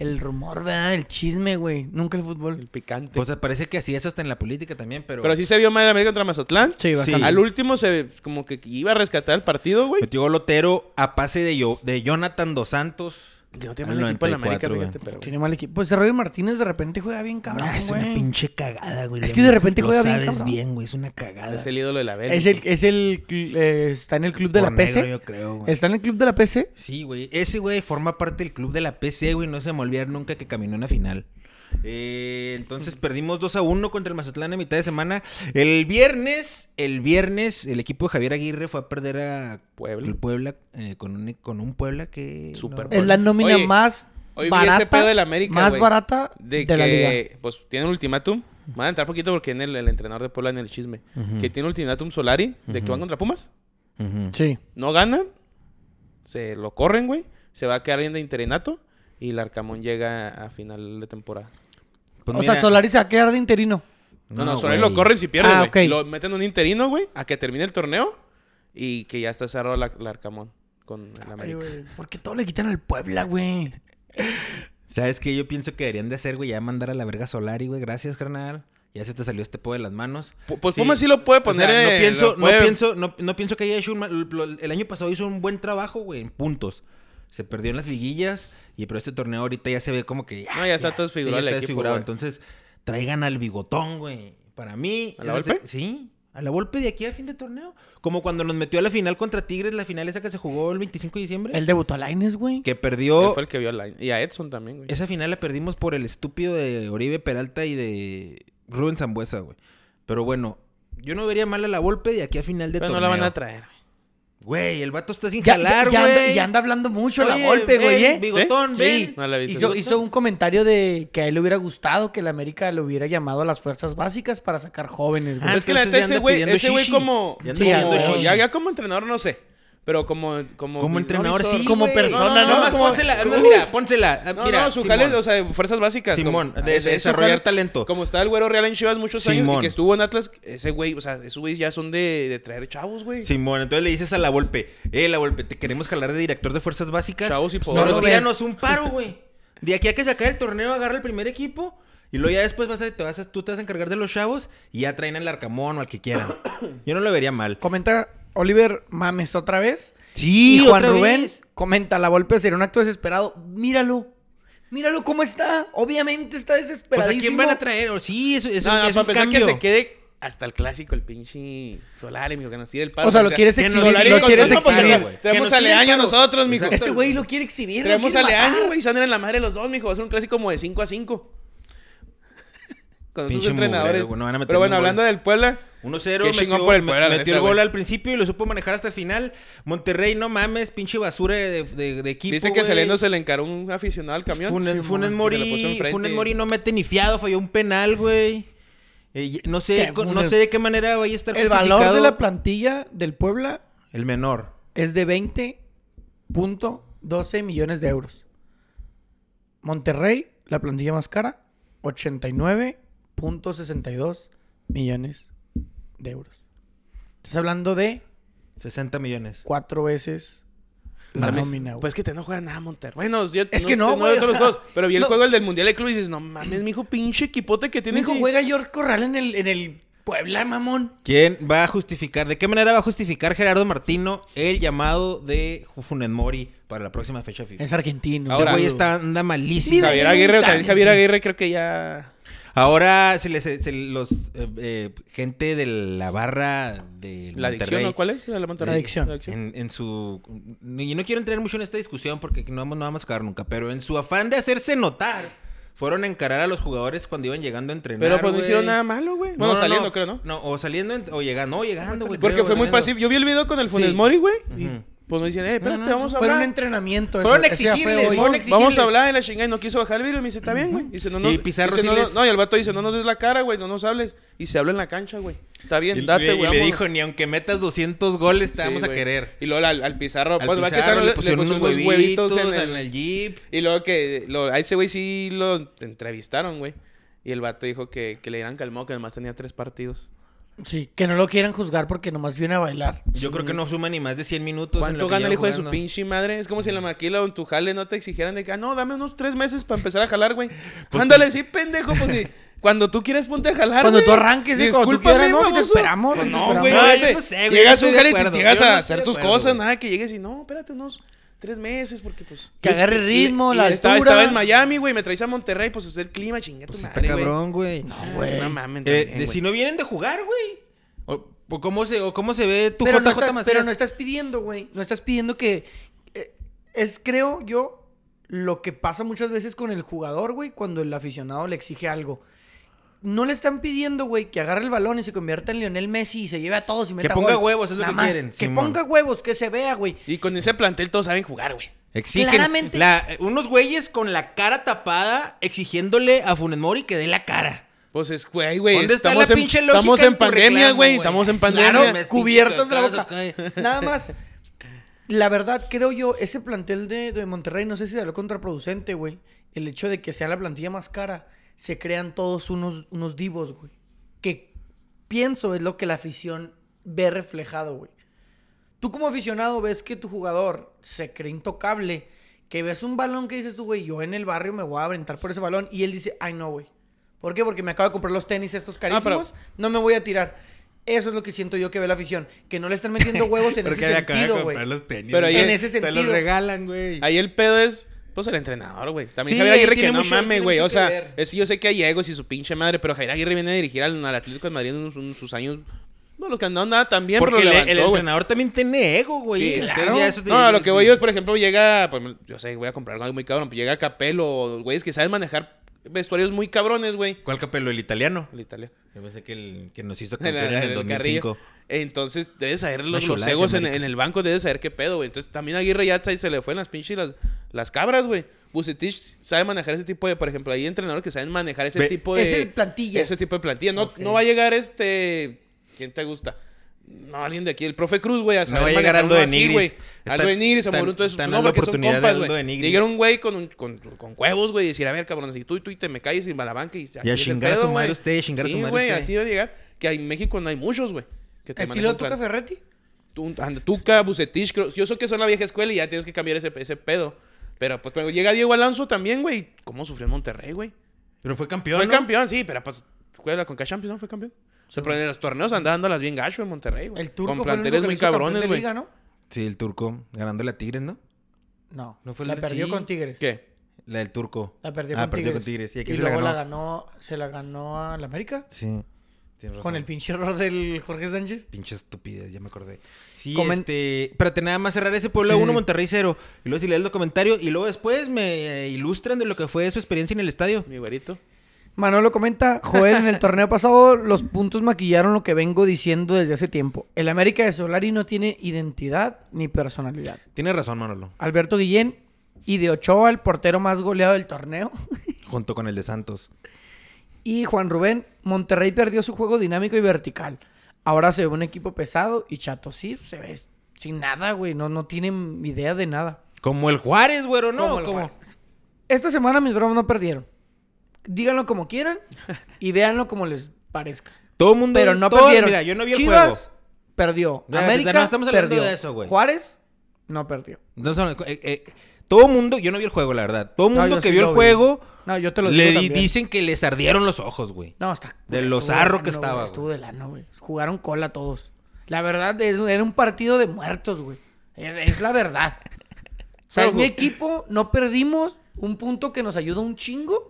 A: el rumor, ¿verdad? El chisme, güey. Nunca el
C: El
A: fútbol.
C: picante.
B: Pues parece que así es hasta en la política también, pero.
C: Pero sí se vio mal el América contra Mazatlán.
A: Sí, bastante.
B: Sí.
C: Al último se como que iba a rescatar el partido, güey.
B: Metió gol Otero a pase de, Yo- de Jonathan Dos Santos.
C: Que no tiene
B: Al
C: mal equipo en la
B: 94,
C: América,
B: güey.
C: fíjate, pero...
A: Tiene mal equipo. Pues de Roger Martínez de repente juega bien cabrón,
B: Ah, es una
A: güey.
B: pinche cagada, güey.
A: Es
B: Lo-
A: que de repente
B: lo
A: juega bien,
B: sabes
A: cabrón.
B: bien, güey. Es una cagada.
C: Es el ídolo de la Bel.
A: Es el, es el, cl- eh, está en el club de la
B: Por negro,
A: PC.
B: yo creo, güey.
A: Está en el club de la PC.
B: Sí, güey. Ese güey forma parte del club de la PC, güey. No se me va a olvidar nunca que caminó en la final. Eh, entonces perdimos 2 a 1 contra el Mazatlán a mitad de semana. El viernes, el viernes, el equipo de Javier Aguirre fue a perder a
C: Puebla.
B: el Puebla eh, con, un, con un Puebla que.
C: Super
B: no-
A: Es la nómina
C: Oye,
A: más
C: hoy vi
A: barata.
C: ese pedo del América,
A: más
C: güey.
A: barata de,
C: De,
A: la liga.
C: que, pues, tiene un ultimátum. Van a entrar poquito porque en el, el entrenador de Puebla en el chisme.
B: Ujú.
C: Que tiene un ultimátum Solari de que
B: Ujú.
C: van contra Pumas.
B: Ujú.
A: Sí.
C: No ganan. Se lo corren, güey. Se va a quedar bien de interinato. Y el Arcamón llega a final de temporada.
B: Pues
A: o
B: mira-
A: sea, Solari se va a quedar de interino.
C: No, no, Solari lo
B: güey.
C: corren si pierden,
A: Ah,
C: güey.
A: ok.
C: Lo meten un interino, güey, a que termine el torneo. Y que ya está cerrado la- el Arcamón con el
A: Ay,
C: América.
A: güey, ¿Por qué todo le quitan al Puebla, güey?
B: ¿Sabes qué? Yo pienso que deberían de hacer, güey, ya mandar a la verga Solari, güey. Gracias, carnal. Ya se te salió este po de las manos.
C: Pu- Pues Pumas sí lo puede poner.
B: O sea,
C: eh,
B: no pienso,
C: lo puede-
B: no pienso, no, no pienso que haya hecho un mal- lo- el año pasado hizo un buen trabajo, güey, en puntos. Se perdió en las liguillas y pero este torneo ahorita ya se ve como que
C: No, ya está todo desfigurado el
B: ya está
C: equipo,
B: desfigurado.
C: güey.
B: Entonces, traigan al bigotón, güey. Para mí,
C: ¿A la
B: ese-
C: Volpe?
B: sí, a la golpe de aquí al fin de torneo, como cuando nos metió a la final contra Tigres, la final esa que se jugó el 25 de diciembre,
A: Él debutó a Lainez, güey.
B: que
C: Él
B: perdió
C: fue el que vio a Lain- Y a Edson también, güey.
B: esa final la perdimos por el estúpido de Oribe Peralta y de Rubén Zambuesa, güey. Pero bueno, yo no vería mal a la Volpe de aquí a final de
C: Pero no
B: torneo.
C: la van a traer.
B: Güey, el vato está sin
A: Ya,
B: jalar,
A: ya,
B: güey.
A: ya anda, ya anda hablando mucho la
B: Oye,
A: golpe, güey,
B: ven,
A: ¿eh?
B: Bigotón,
A: Sí.
B: ven.
C: No la viste.
A: Hizo, hizo un comentario de que a él le hubiera gustado que la América le hubiera llamado a las fuerzas básicas para sacar jóvenes, güey.
B: Ah,
C: Pues es que la neta
B: entonces ya
C: ese
B: anda
C: güey,
B: pidiendo
C: ese güey
B: shishi.
C: como,
B: Ya anda
C: como-
A: pidiendo shishi.
C: ya, ya como entrenador no sé, Pero como... Como,
B: Como entrenador, sí,
A: Como
B: güey.
A: persona, ¿no?
B: Nomás
A: Como-
B: pónsela, no, mira, pónsela. ah,
C: No,
B: mira,
C: no, su
B: Simón.
C: jale, o sea, de fuerzas básicas.
B: Simón,
C: como-
B: de-
C: ese-
B: de
C: ese
B: desarrollar
C: jale-
B: talento.
C: Como está el güero real en Chivas muchos años
B: Simón.
C: y que estuvo en Atlas, ese güey, o sea, esos güeyes ya son de, de traer chavos, güey.
B: Simón, entonces le dices a la Volpe, eh, la Volpe, te queremos jalar de director de fuerzas básicas.
C: Chavos y
B: no,
C: poderosos.
B: no, tíranos un paro, güey. De aquí a que se acabe el torneo, agarra el primer equipo. Y luego ya después vas a, te vas a- tú te vas a encargar de los chavos y ya traen al arcamón o al que quieran. Yo no lo vería mal.
A: Comenta Oliver Mames otra vez.
B: Sí,
A: y Juan
B: otra
A: Rubén
B: vez.
A: comenta, la golpe sería un acto desesperado. Míralo. Míralo cómo está. Obviamente está
B: Pues
A: desesperadísimo.
B: a quién van a traer, O sí, eso, eso
C: No, no,
B: es
C: para
B: un
C: pensar que
B: cambio.
C: se quede hasta el clásico, el pinche Solari, mijo, que nos tire el paro.
A: O sea, lo quieres
B: que nos
A: exhibir.
B: digan
A: Lo
B: con
A: quieres
B: calma, porque
A: exhibir.
B: güey.
C: Traemos
B: Que nos
C: aleaño
B: tiren paro.
C: nosotros, mijo.
B: Exacto.
A: Este güey lo quiere exhibir. lo
C: Traemos
A: quiere
C: aleaño,
A: matar.
C: güey, y se andan en la madre los dos, mijo. Va a ser un clásico como de 5 a 5. Con sus
B: Pinche
C: entrenadores.
B: mugrero, güey, no van a meter
C: Pero bueno,
B: ningún gol.
C: hablando del Puebla,
B: 1-0,
C: Qué
B: metió,
C: chingón por el
B: me-
C: poder, la
B: metió
C: neta,
B: el gol
C: güey.
B: al principio y lo supo manejar hasta el final. Monterrey, no mames, pinche basura de, de- de equipo.
C: viste que
B: güey.
C: saliendo se le encaró un aficionado al camión.
B: Funes,
C: Sí,
B: Funes
C: mon, y se la puso
B: Mori,
C: enfrente.
B: Funes Mori no mete ni fiado, falló un penal, güey. Eh, y- no sé,
A: ¿Qué,
B: con- no
A: Funes?
B: sé de qué manera vaya a estar
A: El valor de la
B: plata.
A: plantilla del Puebla
B: El menor.
A: es de 20.12 millones de euros. Monterrey, la plantilla más cara, 89.62 millones de euros. Estás hablando de
B: 60 millones.
A: cuatro veces la
B: Mames,
A: nómina, güey.
C: Pues que te no juega nada, Monterrey. Bueno, yo
A: Es que no, güey,
C: veo
A: o
C: todos los
A: sea,
C: juegos, pero vi el
A: no.
C: juego el del Mundial de Club y dices, no mames, mijo, pinche equipote que tienes.
A: Mijo,
C: y-
A: juega York Corral en el, en el Puebla, mamón.
B: ¿Quién va a justificar? ¿De qué manera va a justificar Gerardo Martino el llamado de Funes Mori para la próxima fecha FIFA?
A: Es argentino.
B: Ese
C: Ahora- mm.
B: güey está, anda malísimo.
C: Javier Aguirre, o sea, Javier Aguirre creo que ya.
B: Ahora se les, se los eh, eh, gente de la barra de
C: La adicción,
B: Monterrey,
C: ¿no? ¿Cuál es? La de Monterrey.
A: La adicción.
B: En, en su mm, y no quiero entrar mucho en esta discusión porque no vamos no vamos a acabar nunca, pero en su afán de hacerse notar fueron a encarar a los jugadores cuando iban llegando a entrenar.
C: Pero pues no
B: güey.
C: hicieron nada malo, güey.
B: No,
C: Bueno,
B: no,
C: saliendo,
B: no.
C: creo, ¿no?
B: No, o saliendo en- o llegando, no, llegando, güey.
C: Porque
B: creo,
C: fue muy
B: saliendo.
C: pasivo. Yo vi el video con el Funes
B: Sí.
C: Mori, güey. y,
B: Ujú.
C: Pues nos dicen, eh, espérate,
B: No, no,
C: vamos a
A: Fue un
C: hablar.
A: entrenamiento.
B: Fueron
A: ese- ese ya
B: exigirles,
A: fue hoy.
B: fueron exigirles.
C: Vamos a hablar de la chingada y no quiso bajar el vidrio. Y me dice, está bien, güey. Dice, no, no.
B: Y Pizarro
C: dice,
B: sí
C: no, no,
B: les-
C: no, y el vato dice, no nos des la cara, güey, no nos hables. Y se habla en la cancha, güey. Está
B: Y-
C: bien, date,
B: y
C: güey.
B: le
C: vámonos.
B: dijo, ni aunque metas 200 goles te
C: Sí,
B: vamos a
C: güey.
B: querer.
C: Y luego al, al Pizarro,
B: Al
C: pues va que
B: Pizarro
C: están
B: le
C: le
B: pusieron
C: puso
B: unos
C: unos huevitos en el-
B: jeep.
C: Y luego que lo, a ese güey sí lo entrevistaron, güey. Y el vato dijo que, que le dieran calmado, que además tenía tres partidos.
A: Sí, que no lo quieran juzgar porque nomás viene a bailar.
B: Yo creo que no suma ni más de 100 minutos. en
C: ¿Cuánto
B: lo que
C: gana el
B: lleva
C: hijo de su
B: jugando.
C: pinche madre? Es como si en la maquila o en tu jale no te exigieran de que, ah, no, dame unos tres meses para empezar a jalar, güey.
B: Pues
C: Ándale, sí, pendejo, pues sí. Cuando tú quieres ponte a jalar,
A: Cuando
C: güey.
A: tú arranques, sí, cuando tú
C: Discúlpame,
A: quieras, ¿no? Que te
C: baboso.
A: esperamos,
C: Pues
A: que
C: no,
A: te
C: güey.
B: esperamos.
C: vete.
B: No, yo no sé, güey,
C: Llegas
B: yo
C: a un
B: estoy de
C: jale y te
B: acuerdo,
C: llegas
B: yo no
C: a
B: estoy
C: hacer
B: de
C: tus
B: acuerdo,
C: cosas,
B: güey.
C: nada, que llegues y no, espérate unos tres meses, porque pues...
A: Que agarre el ritmo,
C: Y-
A: la
C: y estaba,
A: altura.
C: estaba en Miami, güey, me traes a Monterrey, pues es el clima, chingada tu
B: Pues está
C: madre, güey.
B: cabrón, güey.
C: Ah,
A: güey.
C: No mames. también,
B: Eh, de-
C: güey.
B: si no vienen de jugar, güey. O, o cómo se, o cómo se ve tu
A: Pero, no
B: JJ
A: estás-
B: Macías.
A: pero no estás pidiendo, güey. No estás pidiendo que... eh, es, creo yo, lo que pasa muchas veces con el jugador, güey, cuando el aficionado le exige algo. No le están pidiendo, güey, que agarre el balón y se convierta en Lionel Messi y se lleve a todos y meta
B: ponga
A: gol.
B: huevos, es lo que
A: más,
B: quieren,
A: Que
B: Simón.
A: ponga huevos, que se vea, güey.
C: Y con ese plantel todos saben jugar, güey.
B: Exigen
A: Claramente.
B: la- unos güeyes con la cara tapada exigiéndole a Funes Mori que dé la cara.
C: Pues es, güey, güey.
B: ¿Dónde está
C: estamos
B: la
C: en-
B: pinche lógica
C: Estamos
B: en
C: en
B: tu
C: pandemia,
B: reclamo,
C: güey.
B: güey?
C: Estamos en
B: Claro,
C: pandemia.
B: me-
A: cubiertos de la
B: Claro,
A: eh, boca.
B: ok.
A: Nada más. La verdad, creo yo, ese plantel de, de Monterrey, no sé si salió contraproducente, güey. El hecho de que sea la plantilla más cara, se crean todos unos, unos divos, güey. Que pienso es lo que la afición ve reflejado, güey. Tú como aficionado ves que tu jugador se cree intocable, que ves un balón que dices tú, güey, yo en el barrio me voy a aventar por ese balón. Y él dice, ay, no, güey. ¿Por qué? Porque me acabo de comprar los tenis
B: Ah,
A: estos
C: pero-
A: carísimos, no me voy a tirar. Eso es lo que siento yo que ve la afición, que no le están metiendo huevos en ese sentido, güey.
B: los tenis.
C: Pero ahí-
B: güey.
A: En ese
B: Se los
A: sentido.
B: regalan, güey.
C: Ahí el pedo es, pues, el entrenador, güey. También
B: Sí,
C: Javier
B: ahí
C: Aguirre
B: tiene
C: que no
B: mucho-
C: mames,
B: tiene
C: güey.
B: mucho
C: O
B: que ver.
C: sea, es, yo sé que hay egos y su pinche madre, pero Javier Aguirre viene a dirigir al, al Atlético de Madrid en sus- en sus años. No, los que andaban nada tan bien,
B: Porque
C: pero lo
B: el- el,
C: levantó, güey.
B: entrenador también tiene ego, güey.
C: Sí,
B: Entonces
C: claro.
B: ya eso te-
C: no, a lo que voy yo es, por ejemplo, llega, pues, yo sé, voy a comprar algo muy cabrón, pues llega Capello, o güeyes que saben manejar vestuarios muy cabrones, güey.
B: ¿Cuál capelo? ¿El italiano?
C: El Italia.
B: Yo pensé que el que nos hizo
C: En
B: campeón
C: la- en
B: en el
C: el Carrillo.
B: 2005.
C: Entonces, debes saber los,
B: chulada
C: los
B: ese
C: egos en,
B: América.
C: en el banco, debes saber qué pedo, güey. Entonces, también Aguirre ya se se le fue en las pinches las, las cabras, güey. Bucetich sabe manejar ese tipo de, por ejemplo, hay entrenadores que saben manejar ese
B: Ve-
C: tipo de...
A: Ese de plantillas.
C: Ese tipo de plantillas. No,
A: Ok.
C: no va a llegar este... ¿Quién te gusta? No, alguien de aquí. El profe Cruz, güey. a
B: No va a
C: saber
B: llegar
C: manejar
B: Aldo
C: uno
B: de
C: así, güey.
B: Nigris.
C: Aldo de Nigris, a Moruto, esos.
B: tan
C: No,
B: es la
C: porque son
B: oportunidad de
C: compas,
B: Aldo de
C: güey.
B: Nigris.
C: Llega un güey con, un- con, con huevos, güey, y decir, a ver, cabrón, si tú y tú y te me calles y va a la banca y... así
B: Y a
C: es el
B: chingar a
C: pedo,
B: su madre
C: güey.
B: usted, y a chingar a su
C: Sí,
B: madre
C: güey,
B: usted.
C: así va a llegar. Que en México no hay muchos, güey. que te
A: ¿Estilo
C: manejan
A: Tuca
C: plan-
A: Ferretti?
C: Tun- ande- Tuca, Bucetich, creo- yo sé que son la vieja escuela y ya tienes que cambiar ese, ese pedo. Pero pues pero llega Diego Alonso también, güey. ¿Cómo sufrió en Monterrey, güey?
B: Pero fue campeón.
C: Fue
B: ¿no?
C: campeón, sí, pero pues juega la Conca Champions, ¿no? Fue campeón.
A: Sí,
C: pero en los torneos andaba dándolas bien gacho en Monterrey, güey.
A: El turco
C: Con
A: fue el único
C: planteles
A: que lo
C: muy
A: hizo campeón
C: cabrones,
A: de
C: güey.
A: liga, ¿no?
B: Sí, el turco ganándole a Tigres, ¿no?
A: No,
B: ¿No fue el
A: la
B: de-
A: perdió
B: sí?
A: con Tigres.
C: ¿Qué?
B: La del turco.
A: La perdió,
B: ah,
A: con,
B: perdió
A: Tigres.
B: con Tigres. Y aquí
A: y
B: se la
A: luego
B: ganó.
A: la ganó, se la ganó a la América
B: Sí. Tienes razón.
A: con el pinche error del Jorge Sánchez.
B: Pinche estupidez, ya me acordé. Sí,
A: Comen-
B: este... Espérate, nada más cerrar ese Puebla
A: Sí, sí,
B: 1,
A: sí.
B: Monterrey 0. Y luego si lees el comentario y luego después me eh, ilustran de lo que fue su experiencia en el estadio.
C: Mi güerito.
A: Manolo comenta, Joel, en el torneo pasado los puntos maquillaron lo que vengo diciendo desde hace tiempo. El América de Solari no tiene identidad ni personalidad.
B: Tienes razón, Manolo.
A: Alberto Guillén y de Ochoa, el portero más goleado del torneo.
B: Junto con el de Santos.
A: Y Juan Rubén, Monterrey perdió su juego dinámico y vertical. Ahora se ve un equipo pesado y chato. Sí, se ve sin nada, güey. No, no tienen idea de nada.
B: Como el Juárez, güero, ¿no?
A: Como el Juárez. Esta semana mis bravos no perdieron. Díganlo como quieran y véanlo como les parezca.
B: Todo el mundo...
A: Pero no
B: todo-
A: perdieron.
B: Mira, yo no vi el
A: Chivas
B: juego.
A: perdió.
B: Ya,
A: América
B: no estamos hablando
A: perdió.
B: de eso, güey.
A: Juárez no perdió.
B: No son- eh, eh, todo mundo, yo no vi el juego, la verdad. Todo
A: No,
B: mundo
A: yo
B: que
A: sí
B: vio
A: lo
B: el
A: vi.
B: juego
A: No, yo te lo
B: le
A: digo
B: di-
A: también.
B: dicen que les ardieron los ojos, güey.
A: No, está.
B: De
A: estuvo
B: lo
A: de
B: zarro que
A: lano,
B: estaba,
A: güey,
B: güey.
A: Estuvo de lano, güey. Jugaron cola todos. La verdad, es- era un partido de muertos, güey. Es, es la verdad. O sea, es mi equipo, no perdimos un punto que nos ayuda un chingo.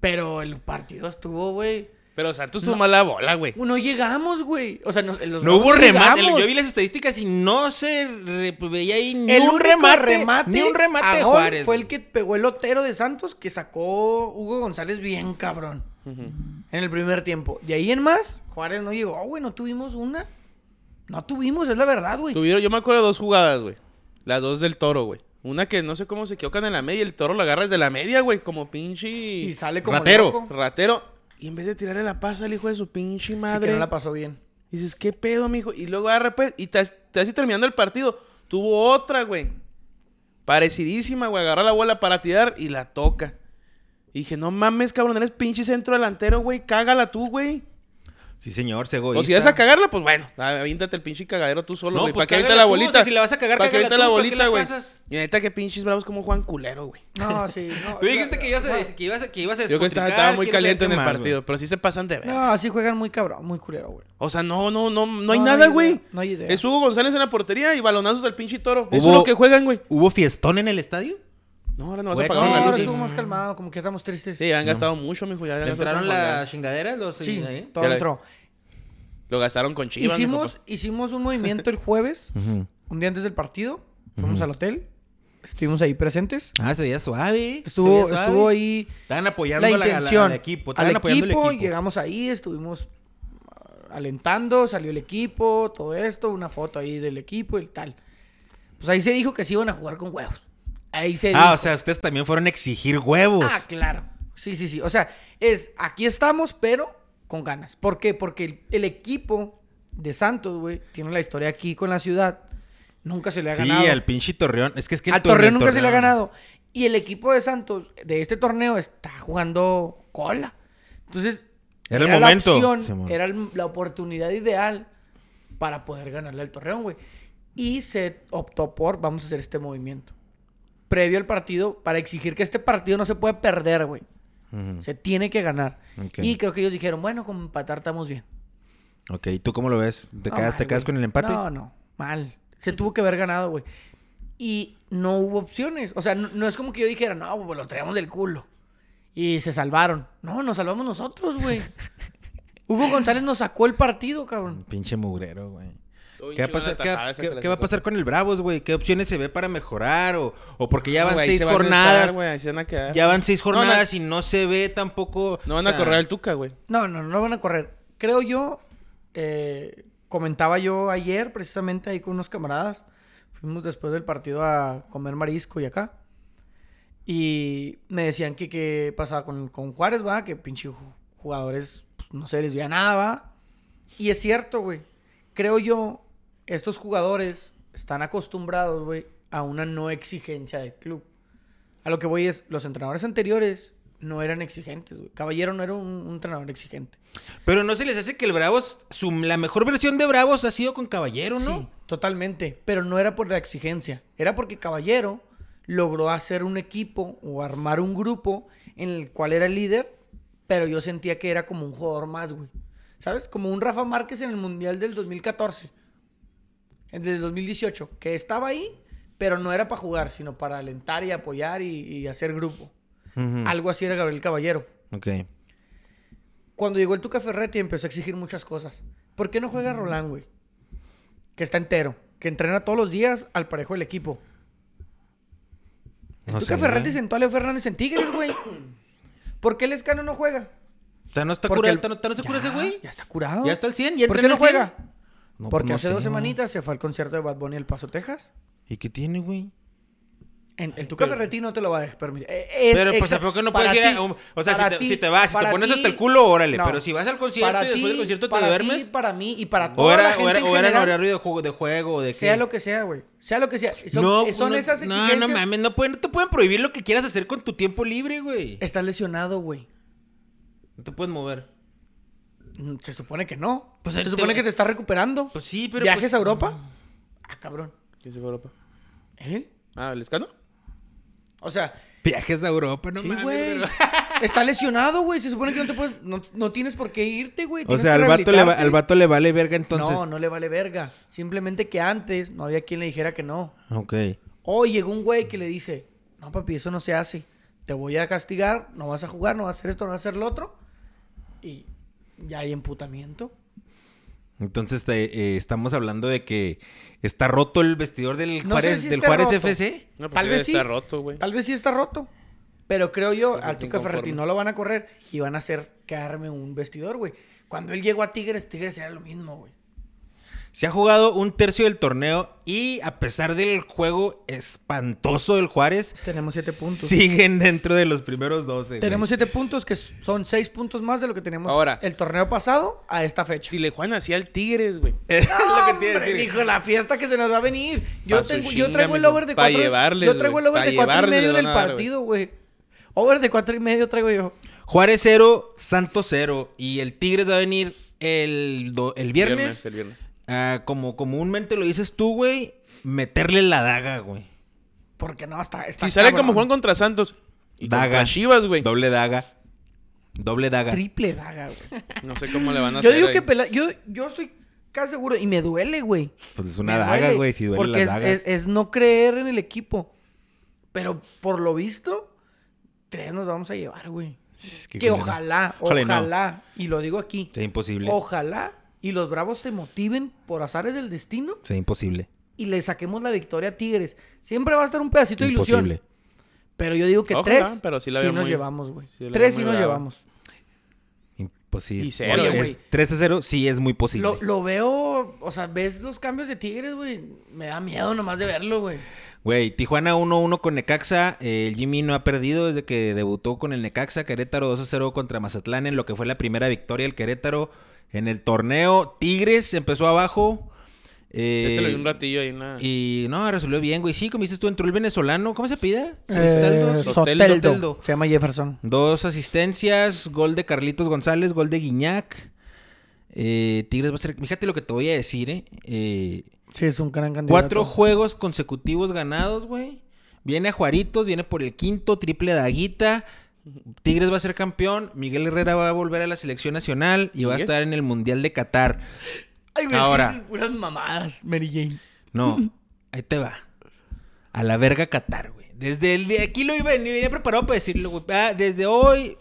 A: Pero el partido estuvo, güey.
C: Pero Santos tuvo mala bola, güey.
A: Pues, No llegamos, güey. O sea, no, los
B: No hubo
A: Bravos
B: remate.
A: llegamos.
B: Yo vi las estadísticas y no se re- pues, veía ahí ni
A: el
B: un
A: único
B: remate,
A: remate,
B: Ni un remate
A: a
B: de
A: gol
B: Juárez.
A: Fue
B: güey.
A: el que pegó el Otero de Santos que sacó Hugo González bien cabrón. En el primer tiempo. De ahí en más, Juárez no llegó. Ah, güey, no tuvimos una. No tuvimos, es la verdad, güey.
C: Tuvieron, yo me acuerdo de dos jugadas, güey. Las dos del toro, güey. Una que no sé cómo se equivocan en la media y el toro lo agarra desde la media, güey. Como pinche.
A: Y sale como
B: Ratero.
A: loco.
C: Ratero. Y en vez de tirarle la pasa al hijo de su pinche
A: Sí, que
C: madre.
A: no la pasó bien.
C: Y dices, ¿qué pedo, mijo? Y luego agarra, pues, y te así terminando el partido. Tuvo otra, güey. Parecidísima, güey. Agarra la bola para tirar y la toca. Y dije, no mames, cabrón, eres pinche centro delantero, güey. Cágala tú, güey.
B: Sí, señor, se
C: O si vas a cagarla, pues bueno, avíntate el pinche cagadero tú solo,
B: No,
C: güey.
B: pues,
C: para que aviente la
B: cágala tú, o sea,
C: bolita.
B: si la vas a cagar,
C: Para que
B: cágala
C: aviente
B: tú,
C: la
B: ¿para qué
C: bolita,
B: la
C: güey.
B: pasas?
C: Y neta que pinches bravos como Juan Culero, güey.
A: No, sí. No,
B: Tú dijiste que ibas a,
A: No,
B: des- que ibas a, que ibas a
C: Yo creo que estaba,
B: despotricar,
C: estaba muy
B: quién sabe
C: caliente
B: qué
C: en el
B: más, güey.
C: partido, pero sí se pasan de ver.
A: No, sí juegan muy cabrón, muy culero, güey.
C: O sea, no, no, no, no hay
A: No, no
C: nada,
A: hay
C: güey.
A: idea, no hay idea.
C: Es Hugo González en la portería y balonazos al pinche toro. Eso
B: Hubo-
C: es lo que juegan, güey.
B: ¿Hubo fiestón en el estadio?
C: No, ahora no vas
B: Güey,
A: No,
C: a pagar
B: Pagaron
C: la
A: ahora
C: luz.
B: sí.
A: estuvo más calmado, como que estamos tristes.
C: Sí, han gastado mucho, mijo. Ya, ya
B: ¿Le
C: gastaron
B: entraron
C: con
B: las
C: gas.
B: chingaderas? Los,
A: Sí,
B: ¿eh?
A: todo
C: Ya la-
A: entró.
C: Lo gastaron con chivas. mijo,
A: hicimos,
B: pues.
A: hicimos un movimiento el jueves, un día antes del partido. Fuimos al hotel, estuvimos ahí presentes.
B: Ah, se veía suave. se
A: Estuvo,
B: veía suave.
A: estuvo ahí
B: Estaban apoyando
A: la
B: a la- a la-
A: intención.
B: al equipo.
A: al
B: Estaban
A: equipo,
B: apoyando al equipo.
A: llegamos ahí, estuvimos ah, alentando, salió el equipo, todo esto, una foto ahí del equipo y tal. Pues ahí se dijo que se iban a jugar con huevos. Ahí se
B: Ah,
A: dijo.
B: o sea, ustedes también fueron a exigir huevos.
A: Ah, claro. Sí, sí, sí. O sea, es aquí estamos, pero con ganas. ¿Por qué? Porque el, el equipo de Santos, güey, tiene la historia aquí con la ciudad. Nunca se le ha
B: sí,
A: ganado.
B: al pinche Torreón. Es que es que el
A: Al Torreón
B: el
A: nunca se le ha
B: Torreón-
A: ganado. Y el equipo de Santos de este torneo está jugando cola. Entonces,
B: Era el momento,
A: la opción,
B: Simón.
A: era el- la oportunidad ideal para poder ganarle al Torreón, güey. Y se optó por, vamos a hacer este movimiento. Previo al partido, para exigir que este partido no se puede perder, güey.
B: Ujú.
A: Se tiene que ganar.
B: Mm. Ok.
A: Y creo que ellos dijeron, bueno, con empatar estamos bien.
B: Ok, ¿y tú cómo lo ves? ¿Te
A: No,
B: quedas,
A: Ah, mal,
B: te quedas
A: güey.
B: con el empate?
A: No, no, mal. Se tuvo que haber ganado, güey. Y no hubo opciones. O sea, no, no es como que yo dijera, no, pues los traíamos del culo. Y se salvaron. No, nos salvamos nosotros, güey. Hugo González nos sacó el partido, cabrón.
B: Pinche mugrero, güey.
C: Todo
B: ¿Qué va, a
C: hinche
B: pasar,
C: una
B: qué va-
C: tajada esa
B: qué-
C: que le
B: qué va a
C: sacó.
B: pasar con el Bravos, güey? ¿Qué opciones se ve para mejorar? ¿O, o porque ya van
C: Güey, ahí
B: seis
C: se van a
B: jornadas?
C: estar, güey, ahí se van a quedar.
B: ya van seis
C: No, no-
B: jornadas y no se ve tampoco...
C: No van
B: o
C: a
B: sea,
C: correr al Tuca, güey.
A: No, no, no van a correr. Creo yo, eh, comentaba yo ayer precisamente ahí con unos camaradas. Fuimos después del partido a comer marisco y acá. Y me decían que qué pasaba con, con Juárez, va, que pinche ju- jugadores, pues, no se les veía nada, va. Y es cierto, güey. creo yo, estos jugadores están acostumbrados, güey, a una no exigencia del club. A lo que voy es, los entrenadores anteriores no eran exigentes, güey. Caballero no era un, un entrenador exigente.
B: Pero no se les hace que el Bravos, su- la mejor versión de Bravos ha sido con Caballero, ¿no?
A: Sí, totalmente. Pero no era por la exigencia. Era porque Caballero logró hacer un equipo o armar un grupo en el cual era el líder, pero yo sentía que era como un jugador más, güey. ¿Sabes? Como un Rafa Márquez en el Mundial del 2014. El del 2018. Que estaba ahí, pero no era para jugar, sino para alentar y apoyar y, y hacer grupo.
B: Ujú.
A: Algo así era Gabriel Caballero.
B: Ok.
A: Cuando llegó el Tuca Ferretti empezó a exigir muchas cosas. ¿Por qué no juega Roland, güey? Que está entero. Que entrena todos los días al parejo del equipo. El
B: No
A: Tuca
B: sé,
A: Ferretti
B: güey.
A: sentó a Leo Fernández en Tigres, güey. ¿Por qué Lescano no juega?
B: ¿Está- ¿No está
A: Porque
B: curado?
A: el-
B: ¿Está- no- está- no se cura ese güey?
A: Ya está curado.
B: ¿Ya está al 100? ¿Ya
A: ¿Por qué
B: entrena
A: no
B: al 100?
A: juega?
B: No,
A: Porque
B: pues no
A: hace dos
B: sé, güey.
A: semanitas se fue al concierto de Bad Bunny en El Paso, Texas.
B: ¿Y qué tiene, güey?
A: En- el Tuca
B: Pero-
A: Ferretti no te lo va a dejar permitir. Eh, es
B: Pero pues
A: exa-
B: tampoco no
A: para
B: puedes ir a...
A: ti,
B: un- o sea,
A: para
B: si te,
A: ti,
B: si te vas, si te
A: para
B: pones
A: ti,
B: hasta el culo, órale.
A: no.
B: Pero si vas al concierto y
A: Para
B: después del
A: ti,
B: concierto te
A: para ti,
B: duermes...
A: para mí y para toda
B: O
A: la
B: era,
A: gente
B: o era,
A: en
B: o era en
A: general,
B: horario de juego, de juego, de
A: Sea
B: qué.
A: lo que sea, güey. Sea lo que sea. Son, eh, son
B: no,
A: esas
B: No,
A: exigencias.
B: no mames, no, pueden, no te pueden prohibir lo que quieras hacer con tu tiempo libre, güey.
A: Estás lesionado, güey.
B: No te puedes mover.
A: Mm, Se supone que no.
B: Pues él
A: se
B: te-
A: supone que te estás recuperando.
B: Pues sí, pero.
A: ¿Viajes
B: pues-
A: a Europa? Ah, cabrón.
C: ¿Quién se fue a Europa?
A: ¿Eh?
C: Ah, ¿el escano?
A: O sea,
B: Viajes a Europa, no
A: sí,
B: mames.
A: güey.
B: pero-
A: Está lesionado, güey. Se supone que no te puedes... No, no tienes por qué irte, güey.
B: O
A: Tienes
B: sea,
A: que
B: al vato, le va-
A: rehabilitarte.
B: al vato le vale verga entonces.
A: No, no le vale verga. Simplemente que antes no había quien le dijera que no.
B: Ok.
A: Hoy llegó un güey que le dice, no papi, eso no se hace. Te voy a castigar, no vas a jugar, no vas a hacer esto, no vas a hacer lo otro. Y ya hay emputamiento.
B: Entonces te- eh, estamos hablando de que está roto el vestidor del
A: No sé
B: Juárez,
A: si
B: del
A: esté
B: Juárez
A: roto.
B: FC.
C: No, pues
A: Tal
C: ya
A: vez sí.
C: Está roto, güey.
A: Tal vez sí está roto. Pero creo yo,
C: Porque
A: al Tuca
C: inconforme.
A: Ferretti no lo van a correr y van a hacer quedarme un vestidor, güey. Cuando él llegó a Tigres, Tigres era lo mismo, güey.
B: Se ha jugado un tercio del torneo y a pesar del juego espantoso del Juárez,
A: Tenemos siete puntos.
B: siguen dentro de los primeros 12. güey.
A: Tenemos siete puntos, que son seis puntos más de lo que teníamos
C: Ahora.
A: el torneo pasado a esta fecha.
C: Si le juegan así al Tigres, güey.
B: Es lo que
A: ¡Hombre,
B: te iba a decir.
A: Dijo la fiesta que se nos va a venir. Yo,
C: Pa' su
A: tengo,
C: chinga,
A: yo traigo el
C: mijo.
A: over de
C: Pa'
A: cuatro.
C: llevarles,
A: yo traigo el
C: güey.
A: over
C: Pa'
A: de cuatro y
C: llevarles
A: medio en
C: les
A: el
C: van a dar,
A: partido, güey. Over de cuatro y medio traigo yo.
B: Juárez 0, Santos 0. Y el Tigres va a venir el, do- el viernes.
C: El viernes.
B: a, como comúnmente lo dices tú, güey, meterle la daga, güey.
A: Porque no, está. está
C: Si sale
A: cabrón.
C: como Juan contra Santos. Y
B: Daga.
C: contra Chivas, güey.
B: Doble daga. Doble daga.
A: Triple daga, güey.
C: No sé cómo le van a
A: Yo
C: hacer.
A: digo que
C: ahí.
A: pela- yo, yo estoy casi seguro. Y me duele, güey.
B: Pues es una
A: Me
B: daga,
A: duele,
B: güey, si duelen
A: porque
B: las
A: es-
B: dagas.
A: Es, es no creer en el equipo. Pero por lo visto, tres nos vamos a llevar, güey.
B: Es
A: Que
B: culero.
A: ojalá,
B: Ojalá y no.
A: ojalá, y lo digo aquí,
B: Sea imposible.
A: Ojalá y los Bravos se motiven por azares del destino
B: Sea imposible.
A: y le saquemos la victoria a Tigres. Siempre va a estar un pedacito de ilusión.
B: Imposible.
A: Pero yo digo que
C: Ojalá,
A: tres
C: pero sí
A: sí,
C: la veo
A: nos
C: muy-
A: llevamos, güey.
C: sí la veo
A: tres sí
C: muy
A: nos
C: brava.
A: llevamos.
B: Imposible.
C: Y cero,
A: güey.
B: 3 a 0 sí es muy posible.
A: Lo, lo veo, o sea, ves los cambios de Tigres, güey. Me da miedo nomás de verlo, güey.
B: Güey, Tijuana 1-1 con Necaxa. Eh, El Jimmy no ha perdido desde que debutó con el Necaxa. Querétaro 2-0 contra Mazatlán en lo que fue la primera victoria del Querétaro en el torneo. Tigres empezó abajo. eh,
C: Ese lo vi un ratillo ahí en la.
B: Y no, resolvió bien, güey. Sí, como dices tú, entró el venezolano. ¿Cómo se pide?
A: Eh, Soteldo.
B: Soteldo.
A: Se llama Jefferson.
B: Dos asistencias, gol de Carlitos González, gol de Guiñac. Eh, Tigres va a ser... Fíjate lo que te voy a decir, ¿eh? Eh,
A: Sí, es un gran candidato.
B: Cuatro juegos consecutivos ganados, güey. Viene a Juaritos, viene por el quinto, triple daguita. Tigres va a ser campeón. Miguel Herrera va a volver a la selección nacional y va a
C: ¿Sigue?
B: estar en el Mundial de Qatar.
A: Ay, güey,
B: Ahora.
A: dices puras mamadas, Mary Jane.
B: No, ahí te va. A la verga Qatar, güey. Desde el día aquí lo iba, venía preparado para decirlo, güey. Ah, desde hoy,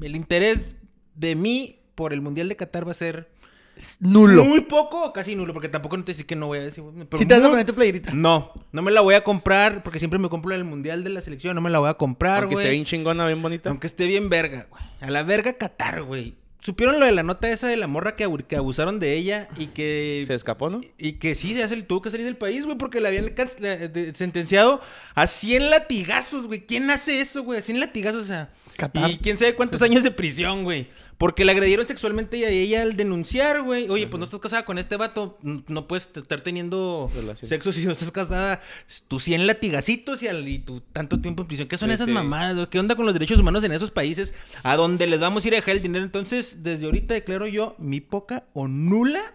B: el interés de mí por el Mundial de Qatar va a ser
A: Es Nulo.
B: muy poco o casi nulo, porque tampoco no te decir que no voy a decir. güey, pero
A: Si te vas a
B: muy-
A: poner tu playerita.
B: No, no me la voy a comprar porque siempre me compro el mundial de la selección. No me la voy a comprar,
C: Aunque
B: güey.
C: esté bien chingona, bien bonita.
B: Aunque esté bien verga, güey. A la verga Qatar, güey. ¿Supieron lo de la nota esa de la morra que, abu- que abusaron de ella y que...
C: Se escapó, ¿no?
B: Y que sí, ya se le tuvo que salir del país, güey, porque la habían can- la- de- sentenciado a 100 latigazos, güey. ¿Quién hace eso, güey? A 100 latigazos, o sea.
A: Qatar.
B: Y quién sabe cuántos años de prisión, güey. Porque la agredieron sexualmente a ella al denunciar, güey. Oye, pues no estás casada con este vato. n- No puedes t- estar teniendo
C: Relación.
B: sexo si no estás casada. Tus 100 latigacitos y, al- y tu tanto tiempo en prisión. ¿Qué son
D: Sí,
B: esas
D: sí.
B: mamadas? güey? ¿Qué onda con los derechos humanos en esos países a donde les vamos a ir a dejar el dinero? Entonces, desde ahorita declaro yo mi poca o nula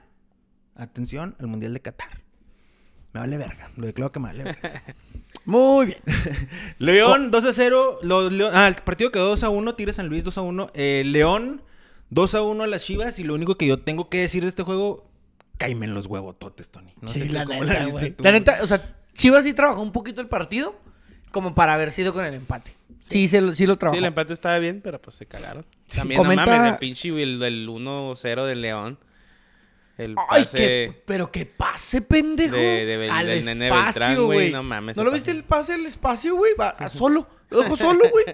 B: atención al Mundial de Qatar. Me vale verga. Lo declaro que me vale verga.
A: Muy bien.
B: León 2 a 0. Los León- ah, el partido quedó 2 a 1. Tigres San Luis 2 a 1. Eh, León 2 a 1 a las Chivas. Y lo único que yo tengo que decir de este juego, cáime en los huevototes, Tony. No sé
A: sí,
B: tú
A: la
B: cómo
A: neta,
B: viste
A: güey.
B: tú,
A: La neta, o sea, Chivas sí trabajó un poquito el partido como para haber sido con el empate. Sí, se lo- sí lo trabajó.
D: Sí, el empate estaba bien, pero pues se cagaron. También,
A: Comenta-
D: no mames, el pinche el, del 1-0 del León. El
A: Ay,
D: pase...
A: qué, pero qué pase, pendejo.
D: de- de Bel-
A: al
D: del Nene Beltrán,
A: espacio,
D: güey,
A: güey.
D: no mames,
A: ¿No lo
D: ese
A: viste
D: pase.
A: el pase al espacio, güey? Va a- solo. Lo dejó solo, güey.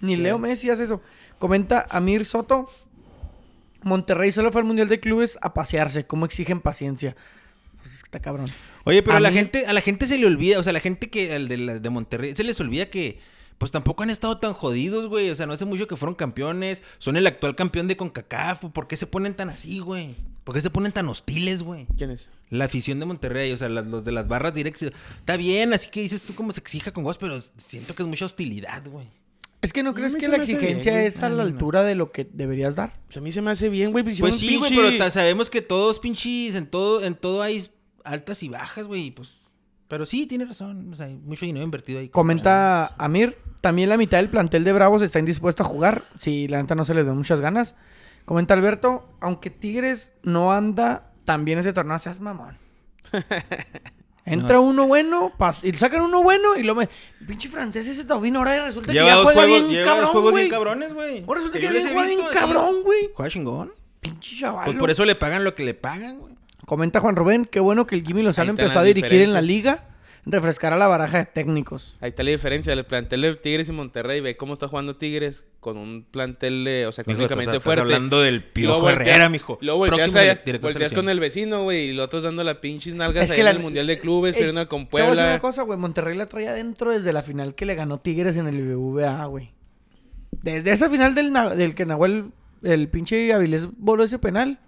A: Ni Leo Messi hace eso. Comenta Amir Soto. Monterrey solo fue al Mundial de Clubes a pasearse. ¿Cómo exigen paciencia? Pues está cabrón.
B: Oye, pero
A: A
B: a la
A: mí-
B: gente, a la gente se le olvida, o sea, a la gente que al de, la- de Monterrey se les olvida que pues tampoco han estado tan jodidos, güey. O sea, no hace mucho que fueron campeones, son el actual campeón de CONCACAF. ¿Por qué se ponen tan así, güey? ¿Por qué se ponen tan hostiles, güey?
C: ¿Quién es?
B: La afición de Monterrey, o sea, las- los de las barras directas. Está bien, así que dices tú cómo se exija con vos, pero siento que es mucha hostilidad, güey.
A: Es que no crees
C: mí
A: que
C: se
A: la
C: me hace
A: exigencia
C: bien, güey.
A: es a
B: No,
A: la
B: no, no.
A: altura de lo que deberías dar.
C: Pues a mí se me hace bien, güey. Pues,
B: Pues
C: hicieron
B: sí, güey,
C: pinche-
B: pero ta- sabemos que todos pinches, en todo, en todo hay altas y bajas, güey, y pues. Pero sí, tiene razón. O sea, hay mucho dinero invertido ahí.
A: Comenta Amir, también la mitad del plantel de Bravos está indispuesto a jugar. Si la neta no se les da muchas ganas. Comenta Alberto, aunque Tigres no anda tan bien ese torneo, seas mamón. Entra
B: No.
A: uno bueno, pas- y sacan uno bueno y lo me... Pinche francés ese Taubín ahora resulta que
B: Lleva
A: ya
B: dos
A: juega
B: juegos,
A: bien
B: lleva dos
A: cabrón,
B: juegos bien
A: güey.
B: cabrones, güey.
A: Ahora resulta que,
B: yo
A: ya
B: les he
A: juega bien
B: visto así.
A: cabrón, güey.
B: Juega chingón.
A: Pinche chaval.
B: Pues por eso le pagan lo que le pagan, güey.
A: Comenta Juan Rubén, qué bueno que el Jimmy Lozano
D: Ahí están
A: empezó a
D: las
A: dirigir en la
D: diferencias.
A: liga, refrescará la baraja de técnicos.
D: Ahí está la diferencia, el plantel de Tigres y Monterrey, ve cómo está jugando Tigres con un plantel, de, o sea,
B: Mijo, estás,
D: económicamente
B: estás
D: fuerte.
B: hablando del
D: Luego
B: Piojo
D: volteas-
B: Herrera, mijo.
D: Luego volteas,
B: Próximo
D: allá-
B: director de
D: volteas
B: selección.
D: con el vecino, güey, y los otros dando la pinches nalgas
A: Es
D: ahí
A: que
D: en
A: la-
D: el Mundial de Clubes,
A: Ey,
D: perdiendo con
A: Te voy a decir una
D: Puebla.
A: cosa, güey. Monterrey la traía dentro desde la final que le ganó Tigres en el BBVA, güey. Desde esa final del, Na- del que Nahuel, el pinche Avilés voló ese penal.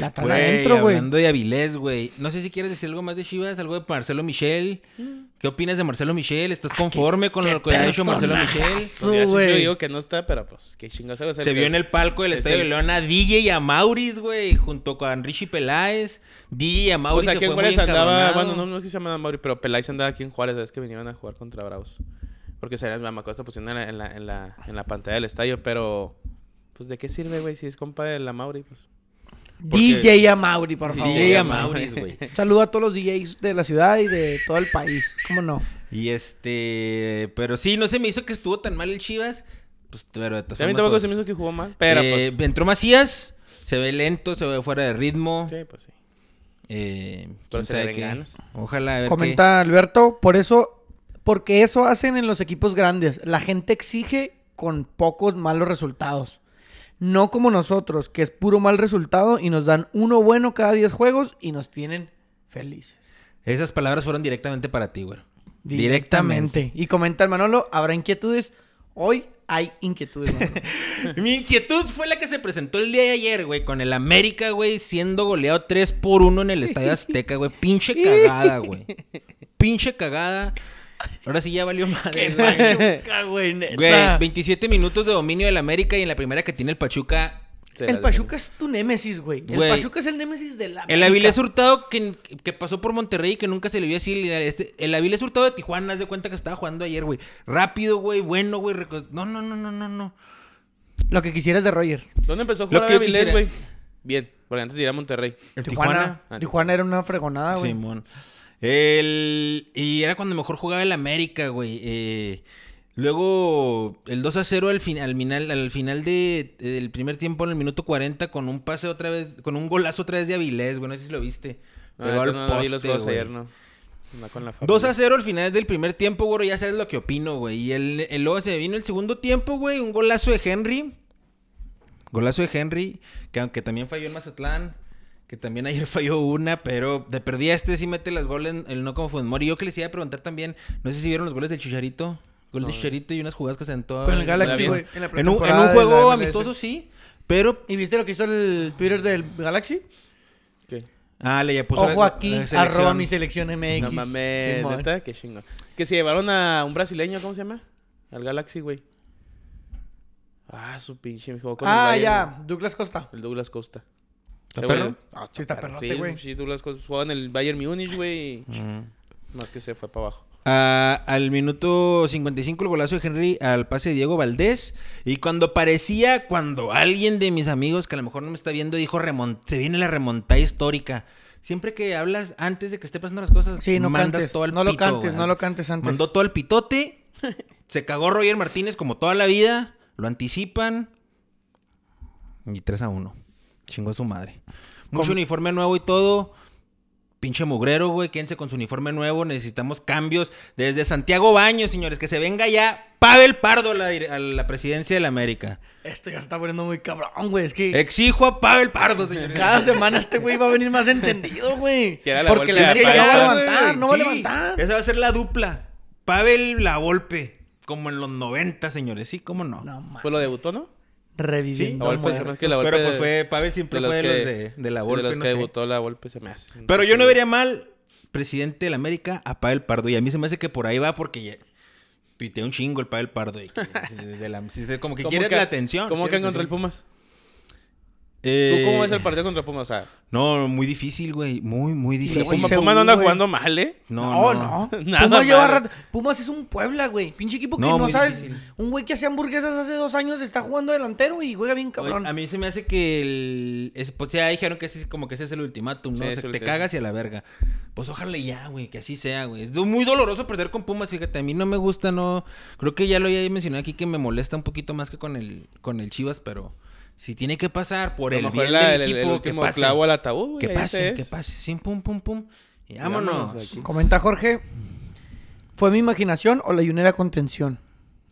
A: La traen
B: Güey,
A: adentro, güey.
B: Hablando de Avilés, güey. No sé si quieres decir algo más de Chivas, algo de Marcelo Michel. ¿Qué opinas de Marcelo Michel? ¿Estás
D: Ah,
B: conforme con lo que ha hecho Marcelo Michel?
A: personajazo.
D: Pues ya siempre
A: güey.
D: digo que no está, pero pues, qué chingados hago, es
B: Se vio
D: que-
B: en el palco del
D: es
B: Estadio
D: el-
B: de León a DJ y a Mauris, güey, junto con Richie Peláez. DJ y a
D: O
B: Mauris
D: sea,
B: se
D: aquí en
B: fue muy
D: Juárez andaba,
B: encabronado.
D: bueno, no, no es que se llamaba Mauri, pero Peláez andaba aquí en Juárez, ¿sabes? Que vinieron a jugar contra Bravos. Porque se la Macosta pusieron en la, en, la, en, la, en la pantalla del estadio, pero... Pues, ¿de qué sirve, güey? Si es compa de la Mauri, pues...
A: DJ Amauri, por favor.
B: DJ y a Mauris, güey.
A: Saludo a todos los DJs de la ciudad y de todo el país. ¿Cómo no?
B: Y este, pero sí, no se me hizo que estuvo tan mal el Chivas. Pues, pero de todas
D: También
B: formas,
D: tampoco
B: pues,
D: se me hizo que jugó mal, pero
B: eh,
D: pues...
B: Entró Macías, se ve lento, se ve fuera de ritmo.
D: Sí, pues sí.
B: Eh,
D: Pero
B: quién
D: se le
B: sabe
D: ven
B: qué.
D: ganas.
B: Ojalá. a ver qué-
A: Comenta Alberto, por eso, porque eso hacen en los equipos grandes. La gente exige con pocos malos resultados. No como nosotros, que es puro mal resultado y nos dan uno bueno cada 10 juegos y nos tienen felices.
B: Esas palabras fueron directamente para ti, güey.
A: Y comenta el Manolo, ¿habrá inquietudes? Hoy hay inquietudes. Manolo.
B: Mi inquietud fue la que se presentó el día de ayer, güey, con el América, güey, siendo goleado 3 por 1 en el Estadio Azteca, güey. Pinche cagada, güey. Pinche cagada. Ahora sí ya valió madre. güey. Güey, 27 minutos de dominio del América y en la primera que tiene el Pachuca.
D: Se
A: el
D: la-
A: Pachuca es tu némesis, güey. El
B: Güey.
A: Pachuca es el némesis de la
B: El Avilés Hurtado que, que pasó por Monterrey y que nunca se le vio así. este- el Avilés Hurtado de Tijuana, haz de cuenta que estaba jugando ayer, güey. Rápido, güey, bueno, güey. reco- No, no, no, no, no, no.
A: Lo que quisieras de Roger.
D: ¿Dónde empezó a
B: Lo
D: jugar
B: que yo
D: Avilés,
B: quisiera.
D: güey? Bien, porque antes de ir a Monterrey.
B: El
A: Tijuana.
D: Ah,
A: Tijuana era una fregonada, Ah, güey.
B: Simón. El... Y era cuando mejor jugaba el América, güey. Eh, luego, el 2 a 0 al, fin- al final, al final de, del primer tiempo, en el minuto 40, con un pase otra vez, con un golazo otra vez de Avilés, güey. No sé si lo viste.
D: No,
B: Pegó
D: ahorita
B: al
D: Ah, no, no vi los
B: poste,
D: juegos
B: güey.
D: ayer, no. Andaba con la
B: 2
D: familia.
B: a 0 al final del primer tiempo, güey. Ya sabes lo que opino, güey. Y el, el- luego se vino el segundo tiempo, güey. Un golazo de Henry. Golazo de Henry. Que aunque también falló en Mazatlán. Que también ayer falló una. Pero de perdida este sí mete las goles. El no como fútbol. Y yo que les iba a preguntar también. No sé si vieron los goles del Chicharito. Gol de Chicharito y unas jugadas que se aventó
A: Con el Galaxy,
D: bien.
A: güey. En, la
B: En un, en
A: pretemporada
B: un
A: de
B: juego
A: la MLS.
B: amistoso, sí. Pero.
A: ¿Y viste lo que hizo el Twitter del Galaxy?
D: ¿Qué?
B: Ah, le ya puso.
A: Ojo
B: la-
A: aquí,
B: la selección.
A: arroba mi selección MX.
D: No mames,
A: Simón.
D: neta, qué chingo. Que se llevaron a un brasileño, ¿cómo se llama? Al Galaxy, güey. Ah, su pinche, me jugó con el
A: Ah,
D: Bayern,
A: ya, Douglas Costa.
D: El Douglas Costa.
B: ¿Está
D: Ese
B: perro?
D: güey- Ah,
A: Sí, está perrote,
D: sí,
A: güey.
D: Sí, Douglas Costa. Jugaba en el Bayern Múnich, güey. y
B: Ujú.
D: Más que se fue para abajo.
B: Ah, al minuto 55 el golazo de Henry al pase de Diego Valdés. Y cuando parecía, cuando alguien de mis amigos que a lo mejor no me está viendo dijo, "Remon- se viene la remontada histórica. Siempre que hablas antes de que esté pasando las cosas,
A: Sí, no
B: mandas
A: cantes.
B: todo al
A: No lo
B: pito,
A: cantes,
B: güey.
A: no lo cantes antes.
B: Mandó todo el pitote. Se cagó Roger Martínez como toda la vida. Lo anticipan. Y 3 a 1. Chingó a su madre. Mucho uniforme nuevo y todo. Pinche mugrero, güey. Quédense con su uniforme nuevo. Necesitamos cambios. Desde Santiago Baños, señores. Que se venga ya Pavel Pardo a la, dire- a la presidencia de la América.
A: Esto ya se está poniendo muy cabrón, güey. Es que
B: Exijo a Pavel Pardo, señores.
A: cada semana este güey va a venir más encendido, güey.
D: Que era la
A: Porque
D: golpe
A: la
D: de
A: América
D: Pavel,
A: no va a
D: ya,
A: levantar,
B: güey.
A: no va a
B: Sí.
A: levantar.
B: Esa va a ser la dupla. Pavel La Volpe. Como en los 90, señores. Sí, cómo no.
A: No mames.
D: Pues lo debutó, ¿no?
A: Reviviendo.
D: La Volpe,
A: muertos.
D: se me hace que la Volpe
B: Pero pues fue, Pavel siempre fue de los de, de la Volpe,
D: los
B: no
D: que
B: sé.
D: debutó la Volpe se me hace.
B: Pero yo no vería mal presidente de la América a Pavel Pardo. Y a mí se me hace que por ahí va porque ya... tuiteé un chingo el Pavel Pardo. y que- de la- sí, sí, como que
D: ¿Cómo
B: quiere la atención.
D: ¿Cómo
B: quiere
D: que contra el
B: atención.
D: Pumas? ¿Tú
B: Eh,
D: cómo ves el partido contra Pumas? O sea,
B: No, muy difícil, güey. Muy, muy
D: Pumas
B: difícil.
A: Puma- según,
D: Pumas no anda
A: güey.
D: jugando mal, ¿eh?
A: No,
B: No, no.
A: no.
D: Nada
A: Pumas lleva
D: mal.
A: rato. Pumas es un Puebla, güey. Pinche equipo que
B: No,
A: no,
B: muy
A: sabes.
B: difícil.
A: Un güey que hacía hamburguesas hace dos años está jugando delantero y juega bien
B: Oye,
A: cabrón.
B: A mí se me hace que el. es- pues ya dijeron que ese es como que ese es el ultimátum, ¿no?
D: Sí,
B: O sea,
D: es el
B: te
D: ultimátum.
B: cagas y a la verga. Pues ojalá y ya, güey, que así sea, güey. Es do- muy doloroso perder con Pumas, fíjate. A mí no me gusta, no. Creo que ya lo había mencionado aquí que me molesta un poquito más que con el, con el Chivas, pero si tiene que pasar por
D: A
B: el
D: lo
B: bien
D: mejor la-
B: del
D: el- el
B: equipo, que
D: último
B: pase.
D: clavo al ataúd, güey.
B: que
D: ahí se
B: pase,
D: es.
B: que pase. Sí, pum, pum, pum. Y
D: vámonos
B: vámonos.
D: aquí.
A: Comenta Jorge. ¿Fue mi imaginación o la Jun con contención?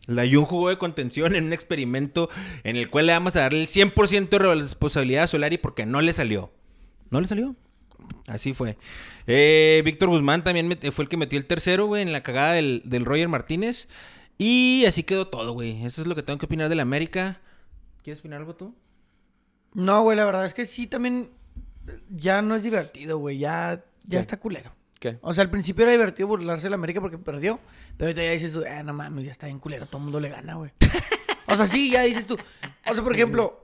B: La Jun jugó de contención en un experimento en el cual le vamos a darle el 100% de responsabilidad a Solari porque no le salió. ¿No le salió? Así fue. Eh, Víctor Guzmán también met- fue el que metió el tercero, güey, en la cagada del, del Roger Martínez. Y así quedó todo, güey. Eso es lo que tengo que opinar del América. ¿Quieres opinar algo tú?
A: No, güey, la verdad es que sí, también eh, ya no es divertido, güey. Ya, ya está culero.
D: ¿Qué?
A: O sea, al principio era divertido burlarse de la América porque perdió, pero ahorita ya dices tú, ah, no mames, ya está bien culero, todo el mundo le gana, güey. o sea, sí, ya dices tú. O sea, por ejemplo,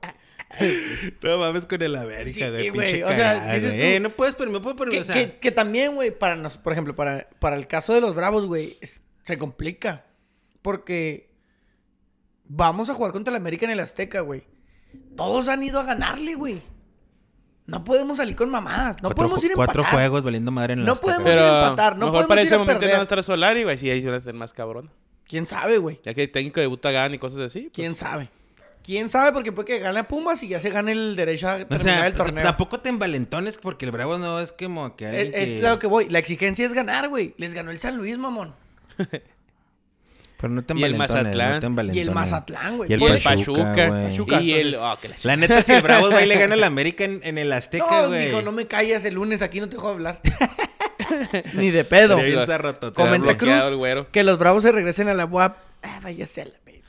B: No mames con el América,
A: Sí,
B: güey.
A: güey,
B: pinche
A: o sea,
B: cagada,
A: dices
B: güey.
A: tú-
B: Eh, no puedes, pero me puedo permitir.
A: que, que- que también, güey, para nos, por ejemplo, para, para el caso de los Bravos, güey, es- se complica. Porque vamos a jugar contra el América en el Azteca, güey. Todos han ido a ganarle, güey. No podemos salir con mamadas. No podemos ir a
B: Cuatro
A: empatar.
B: juegos valiendo madre en la
A: No
B: Azteca,
A: podemos
B: güey.
D: Pero
A: ir a empatar, no
D: mejor
A: podemos
D: para
A: ir
D: ese
A: a
D: momento no
A: perder.
D: va a estar Solari, güey. Sí, ahí van a estar más cabrón.
A: ¿Quién sabe, güey?
D: Ya que el técnico debuta Gan y cosas así. pues,
A: ¿Quién sabe? ¿Quién sabe? Porque puede que gane a Pumas y ya se gane el derecho a
B: O
A: terminar
B: sea,
A: el torneo.
B: tampoco te envalentones porque el Bravo no es como que alguien
A: Es,
B: que...
A: es lo que voy. La exigencia es ganar, güey. Les ganó el San Luis, mamón.
B: Pero no te
D: Y el
B: envalentones,
D: Mazatlán.
B: no te envalentones.
A: Y el Mazatlán, güey.
B: eh. Y el
D: Y el
B: Pachuca,
D: Pachuca.
B: güey.
A: Pachuca,
D: y el...
A: entonces.
D: ah, que la ch-
B: La neta, si el Bravos va y le gana al América en, en el Azteca,
A: No,
B: güey.
A: mijo, no me callas el lunes, aquí no te dejo hablar. Ni de pedo.
B: Sería bien
D: Digo,
B: zarrototero.
D: Comenta
A: Comenta
B: Bloque-
D: bloqueado
A: Cruz
D: el güero.
A: que los bravos se regresen a la UAP. Ah, váyase a la verga.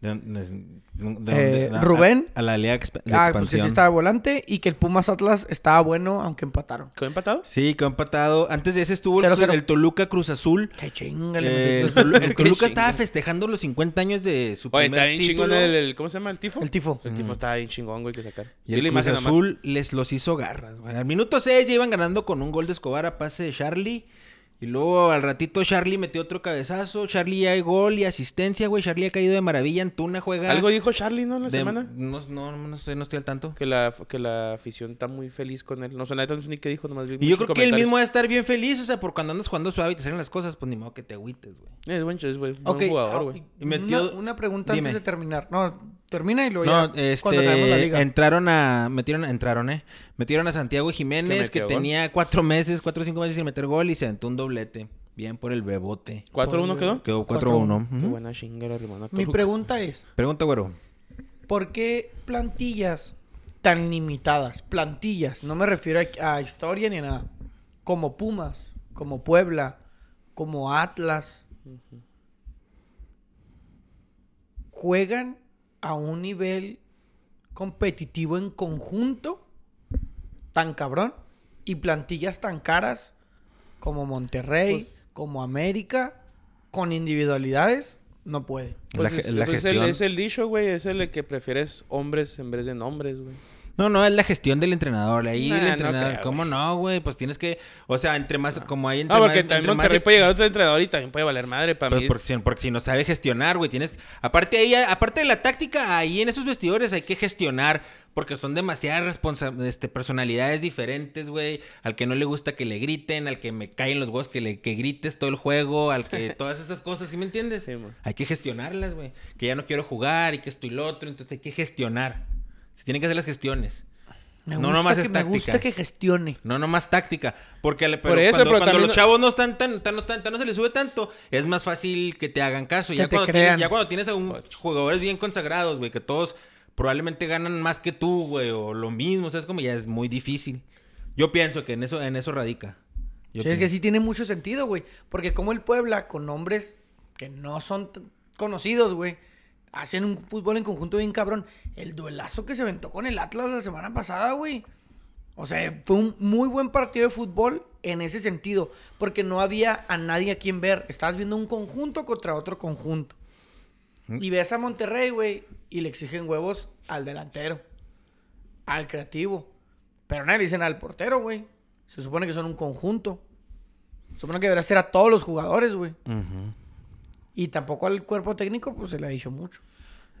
B: ¿De dónde es- de dónde-
A: Eh,
B: a- a-
A: Rubén.
B: A, la Liga exp- de
A: Ah, pues que sí
B: Expansión.
A: estaba volante y que el Pumas Atlas estaba bueno, aunque empataron.
D: ¿Quedó empatado?
B: Sí, que ha empatado. Antes de ese estuvo el,
A: Cero, cero.
B: el Toluca Cruz Azul.
A: Qué chinga,
B: Eh,
A: le
B: el,
A: metí
B: Tolu- el
D: Qué
B: Toluca
D: chingo.
B: estaba festejando los 50 años de su
D: Oye,
B: primer
D: está bien
B: título.
D: chingón el, el- ¿Cómo se llama? ¿El tifo?
A: el tifo.
D: El tifo está bien chingón, güey, que sacar.
B: Y el
D: la
B: Cruz
D: imagen nomás.
B: Azul les los hizo garras, güey. Al minuto 6 ya iban ganando con un gol de Escobar a pase de Charlie. Y luego al ratito Charlie metió otro cabezazo. Charlie ya hay gol y asistencia, güey. Charlie ha caído de maravilla. Antuna juega.
D: Algo dijo Charlie, ¿no? En la
B: de-
D: semana.
B: No, no, no sé, no estoy al tanto.
D: Que la, que la afición está muy feliz con él. No sé, la neta no sé ni qué dijo, nomás vi
B: Y yo
D: muchos
B: creo que él
D: comentarios.
B: mismo va a estar bien feliz. O sea, por cuando andas jugando suave y te salen las cosas, pues ni modo que te agüites, güey.
D: Eh, Es buen, es buen, buen
A: Ok, ah,
D: jugador, güey.
B: Y metió-
A: una, una pregunta
B: Dime.
A: antes de terminar. No, termina y luego
B: No,
A: ya cuando acabemos la liga.
B: este, entraron a, metieron, entraron, eh, metieron a Santiago Jiménez, que
D: ¿Que metió gol?
B: tenía cuatro meses, cuatro o cinco meses sin meter gol y se aventó un doblete. Bien por el bebote.
D: 4-1 quedó.
B: Quedó 4-1.
D: Qué
B: Ujú.
D: buena chinga la hermana.
A: Mi pregunta es,
B: Pregunta, güero.
A: ¿por qué plantillas tan limitadas? Plantillas, no me refiero a, a historia ni a nada. Como Pumas, como Puebla, como Atlas. juegan a un nivel competitivo en conjunto tan cabrón y plantillas tan caras como Monterrey,
D: Pues-
A: como América, con individualidades, no puede.
B: La
D: Pues
B: ge-
D: es,
B: la
D: pues es el,
B: gestión.
D: es el dicho, güey. Es el que prefieres hombres en vez de nombres, güey.
B: No, no, es la gestión del entrenador. Ahí
D: Nah,
B: el
D: no
B: entrenador.
D: creo,
B: ¿Cómo no, güey? Pues tienes que. O sea, entre más. Como hay entre
D: No, Ah, porque
B: más-
D: también
B: entre más-
D: Monterrey puede llegar otro entrenador y también puede valer madre para
B: Pero
D: mí.
B: porque, si- porque si no sabe gestionar, güey, tienes... Aparte ahí, aparte de la táctica, ahí en esos vestidores hay que gestionar porque son demasiadas responsa- este, personalidades diferentes, güey. Al que no le gusta que le griten, al que me caen los huevos que le que grites todo el juego, al que todas esas cosas, ¿sí me entiendes?
D: Sí, mo.
B: hay que gestionarlas, güey. Que ya no quiero jugar y que esto y lo otro, entonces hay que gestionar. Se tienen que hacer las gestiones.
A: Me
B: No,
A: gusta
B: nomás
A: que,
B: es
A: me gusta
B: táctica.
A: que gestione.
B: No, no más táctica. Porque le- pero
D: Por eso,
B: cuando,
D: pero
B: cuando
D: también
B: los
D: no-
B: chavos no están tan, tan- no tan- tan- no se les sube tanto, es más fácil que te hagan caso.
A: Que
B: ya,
A: te
B: cuando
A: crean.
B: Tienes, ya cuando tienes a un
D: Pues.
B: jugadores bien consagrados, güey, que todos probablemente ganan más que tú, güey, o lo mismo, ¿sabes? Como ya es muy difícil. Yo pienso que en eso, en eso radica. Yo
A: Sí, es que
B: pienso.
A: sí tiene mucho sentido, güey. Porque como el Puebla, con nombres que no son t- conocidos, güey, hacen un fútbol en conjunto bien cabrón. El duelazo que se aventó con el Atlas la semana pasada, güey. O sea, fue un muy buen partido de fútbol en ese sentido. Porque no había a nadie a quien ver. Estabas viendo un conjunto contra otro conjunto.
B: Mm.
A: Y ves a Monterrey, güey, y le exigen huevos al delantero, al creativo. Pero nadie le dicen al portero, güey. Se supone que son un conjunto. Se supone que debería ser a todos los jugadores, güey.
B: Ujú.
A: Y tampoco al cuerpo técnico, pues se le ha dicho mucho.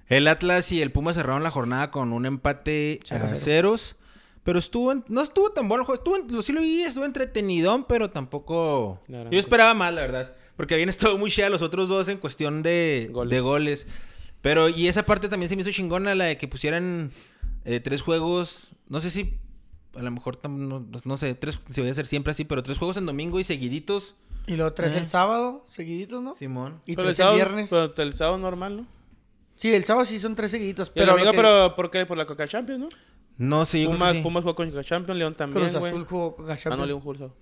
B: El Atlas y el Puma cerraron la jornada con un empate
A: Cero,
B: a
A: cero.
B: ceros. Pero estuvo, en- no estuvo tan bueno el juego. Estuvo, en- lo sí lo vi, estuvo entretenidón, pero tampoco.
D: La gran
B: Yo esperaba más, la verdad. Porque habían estado muy chida los otros dos en cuestión de
D: Goles.
B: goles. De goles. Pero, y esa parte también se me hizo chingona, la de que pusieran eh, tres juegos. No sé si, a lo mejor, tam- no, no sé, tres, se voy a hacer siempre así, pero tres juegos en domingo y seguiditos.
A: Y luego tres
B: Eh.
A: el sábado, seguiditos, ¿no?
B: Simón.
A: Y
D: Pero
A: tres el
D: sábado-
A: viernes.
D: Pero el sábado normal, ¿no?
A: Sí, el sábado sí son tres seguiditos.
D: Pero,
A: Pero, lo
D: amigo,
A: que-
D: pero ¿por qué? Por la Coca Champions, ¿no?
B: No sé, yo creo que
D: Pumas,
B: sí.
D: Pumas jugó con Coca Champions, León también.
A: Cruz
D: güey.
A: Azul jugó con
D: Ah, no,
A: Gachapón.
D: León jugó el sábado.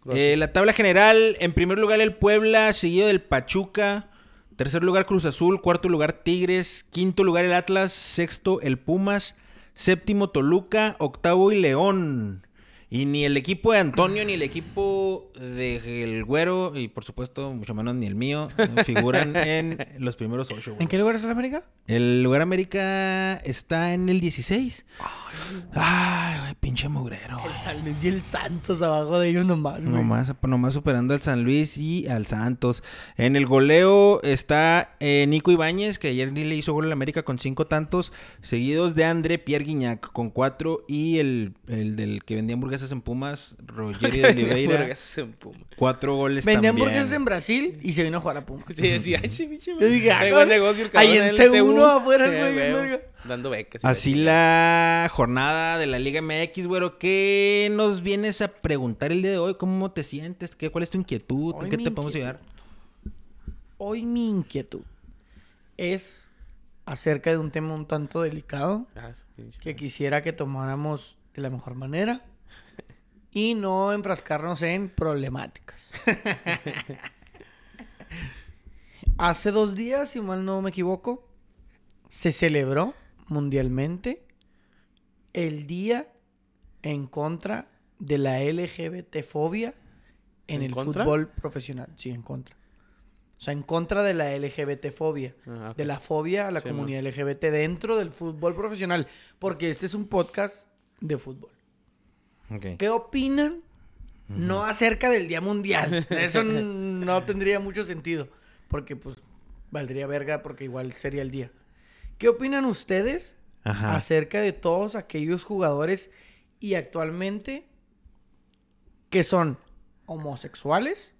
D: Cruz
B: Eh,
D: Azul.
B: la tabla general, en primer lugar el Puebla, seguido del Pachuca, tercer lugar Cruz Azul, cuarto lugar Tigres, quinto lugar el Atlas, sexto el Pumas, séptimo Toluca, octavo y León. Y ni el equipo de Antonio, ni el equipo del Güero, y por supuesto, mucho menos ni el mío, eh, figuran en los primeros ocho. güey.
A: ¿En qué lugar es el América?
B: El lugar América está en el 16. Ay, güey, pinche mugrero. güey.
A: El San Luis y el Santos abajo de ellos nomás, güey.
B: Nomás, pues, nomás superando al San Luis y al Santos. En el goleo está eh, Nico Ibáñez, que ayer ni le hizo gol al América con cinco tantos, seguidos de André Pierre Guignac con cuatro y el, el del que vendía hamburguesas en Pumas, Rogerio de Oliveira,
D: Hamburguesas en Puma.
B: cuatro goles
A: Vendía
B: también.
A: hamburguesas en Brasil y se vino a jugar a Pumas.
D: Sí, sí, ay, sí, pinche.
A: Yo dije, ah,
D: pegó
A: cabrón,
D: negocio el
A: ahí
D: cabrón
A: en
D: el
A: C1
D: C1,
A: afuera,
D: sí,
A: güey, bien
D: güey,
A: verga.
D: Dando becas. y
B: Así la jornada de la Liga MX, güero. ¿Qué nos vienes a preguntar el día de hoy? ¿Cómo te sientes? ¿Qué, ¿Cuál es tu inquietud?
A: Hoy
B: ¿En qué
A: mi
B: te podemos
A: inquietud.
B: ayudar?
A: Hoy mi inquietud es acerca de un tema un tanto delicado
D: Ah, su pinche.
A: que quisiera que tomáramos de la mejor manera y no enfrascarnos en problemáticas. Hace dos días, si mal no me equivoco, se celebró mundialmente el día en contra de la LGBTfobia en,
D: ¿En
A: el
D: contra?
A: fútbol profesional. Sí, en contra. O sea, en contra de la LGBTfobia
D: Ah, ok.
A: de la fobia a la
D: Sí,
A: comunidad LGBT dentro del fútbol profesional, porque este es un podcast de fútbol.
B: Ok.
A: ¿Qué opinan? No acerca del Día Mundial. Eso n- no tendría mucho sentido, porque pues valdría verga porque igual sería el día. ¿Qué opinan ustedes
B: Ajá.
A: acerca de todos aquellos jugadores y actualmente que son homosexuales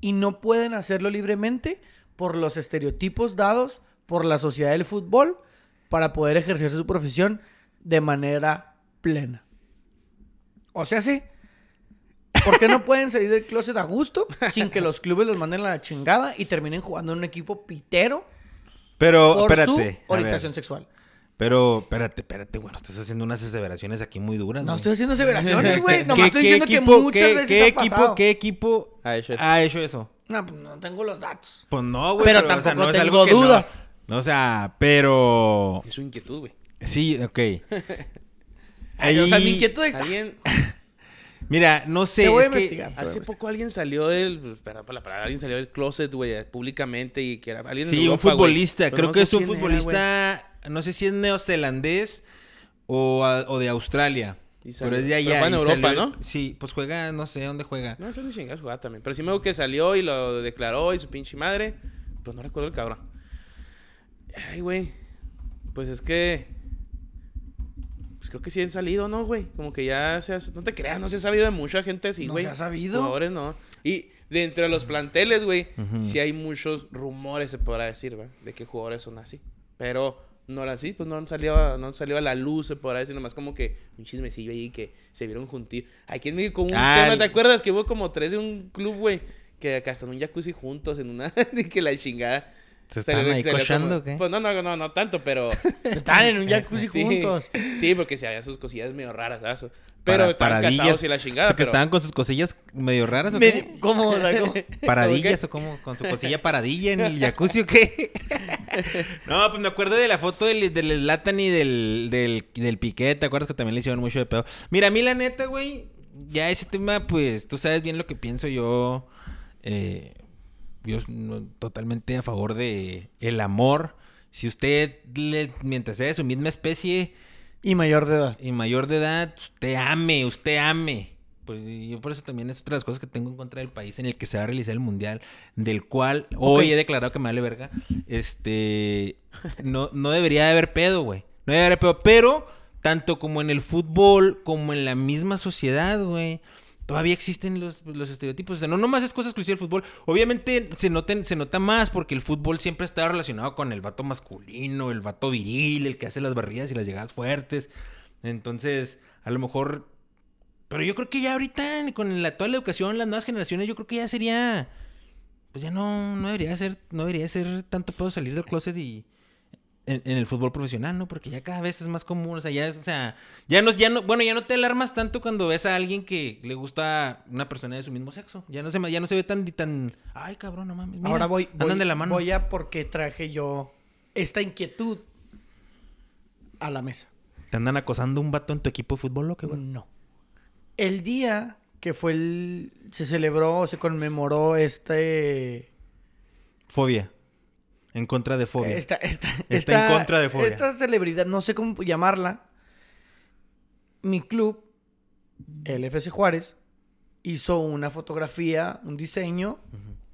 A: y no pueden hacerlo libremente por los estereotipos dados por la sociedad del fútbol para poder ejercer su profesión de manera plena. O sea, sí. ¿Por qué no pueden salir del closet a gusto sin que los clubes los manden a la chingada y terminen jugando en un equipo pitero
B: Pero,
A: por
B: Oh, espérate. a ver.
A: su orientación sexual?
B: Pero, espérate, espérate, bueno, estás haciendo unas aseveraciones aquí muy duras.
A: No
B: güey.
A: estoy haciendo aseveraciones, güey.
B: ¿Qué-
A: Nomás estoy
B: qué
A: diciendo que
B: equipo-
A: muchas
B: qué-
A: veces
B: qué
A: ha
B: equipo,
A: pasado.
B: ¿Qué equipo
D: Ah, eso es.
B: ha hecho eso?
A: No, pues no tengo los datos.
B: Pues no, güey.
A: Pero
B: o sea,
A: tampoco
B: no es
A: tengo
B: algo que no-
A: dudas.
B: no, o sea, pero...
C: Es su inquietud, güey.
B: Sí, ok.
A: O sea,
B: Ahí-
A: mi inquietud está.
C: Alguien,
B: Mira, no sé.
A: Te voy a
B: es que-
A: investigar.
C: hace poco alguien salió del, pues, perdón por la palabra, alguien salió del closet, güey, públicamente y que era alguien en
B: Sí, un
C: Europa, güey.
B: futbolista.
C: Pero
B: Creo
C: no
B: que
C: sé
B: es un
C: quién era, güey.
B: futbolista, no sé si es neozelandés o, a- o de Australia.
C: Y
B: pero
C: salió-
B: es de
C: pero
B: allá.
C: juega en
B: y
C: Europa,
B: salió-
C: ¿no?
B: Sí, pues juega, no sé dónde juega.
C: No, eso le chingas jugada también. Pero sí me acuerdo que salió y lo declaró y su pinche madre. Pero no recuerdo el cabrón. Ay, güey. Pues es que. Pues creo que sí han salido, ¿no, güey? Como que ya se has- No te creas, no se ha sabido de mucha gente así,
A: No
C: güey.
A: se ha sabido.
C: Jugadores, no. Y dentro de los planteles, güey,
B: Ujú.
C: sí hay muchos rumores, se podrá decir, ¿va? De que jugadores son así. Pero no era así, pues no han salido, a- no han salido a la luz, se podrá decir, nomás como que un chismecillo ahí que se vieron juntir. Aquí en México hubo un
B: Ah,
C: tema,
B: el-
C: ¿te acuerdas? Que hubo como tres de un club, güey, que acá están en un jacuzzi juntos en una. y que la chingada.
B: ¿Se
C: salió-
B: están ahí
C: salió como-
B: cochando o qué?
C: Pues no, no, no, no tanto, pero.
A: Están en un jacuzzi
C: Sí.
A: juntos.
C: Sí, porque se habían sus cosillas medio raras, ¿sabes? Pero
B: Para-
C: estaban
B: paradillas.
C: casados y la
B: O
C: chingada.
B: sea, que
C: pero...
B: estaban con sus cosillas medio raras o
A: Me-
B: qué?
A: ¿Cómo? O sea, ¿cómo?
B: Paradillas o como con su cosilla paradilla en el jacuzzi o qué. no, pues me acuerdo de la foto del, del Zlatan y del, del, del Piqué, ¿te acuerdas que también le hicieron mucho de pedo? Mira, a mí la neta, güey, ya ese tema, pues tú sabes bien lo que pienso yo. eh, yo no- totalmente a favor de el amor. Si usted, le- mientras sea de su misma especie,
A: Y mayor de edad.
B: y mayor de edad, usted ame, usted ame. Pues, y yo por eso también es otra de las cosas que tengo en contra del país en el que se va a realizar el mundial, del cual hoy he declarado que me vale verga. Este, no, no debería de haber pedo, güey. No debería de haber pedo, pero tanto como en el fútbol, como en la misma sociedad, güey. Todavía existen los, pues, los estereotipos. O sea, no nomás es cosa exclusiva del fútbol. Obviamente se, noten, se nota más porque el fútbol siempre está relacionado con el vato masculino, el vato viril, el que hace las barridas y las llegadas fuertes. Entonces, a lo mejor. Pero yo creo que ya ahorita, con la, toda la educación, las nuevas generaciones, yo creo que ya sería. Pues ya no, no debería ser, no debería ser tanto puedo salir del closet y. En, en el fútbol profesional, ¿no? Porque ya cada vez es más común. O sea, ya es, o sea, ya no, ya no, bueno, ya no te alarmas tanto cuando ves a alguien que le gusta una persona de su mismo sexo. Ya no se, ma- ya no se ve tan, tan, ay, cabrón, no mames. mira,
A: Ahora voy, voy,
B: Andan de la mano.
A: voy a porque traje yo esta inquietud a la mesa.
B: Te andan acosando un vato en tu equipo de fútbol, lo que bueno.
A: No. El día que fue el... Se celebró, se conmemoró este...
B: Fobia. En contra de fobia.
A: Esta, esta,
B: Está en contra de fobia.
A: Esta celebridad, no sé cómo llamarla. Mi club, el FC Juárez, hizo una fotografía, un diseño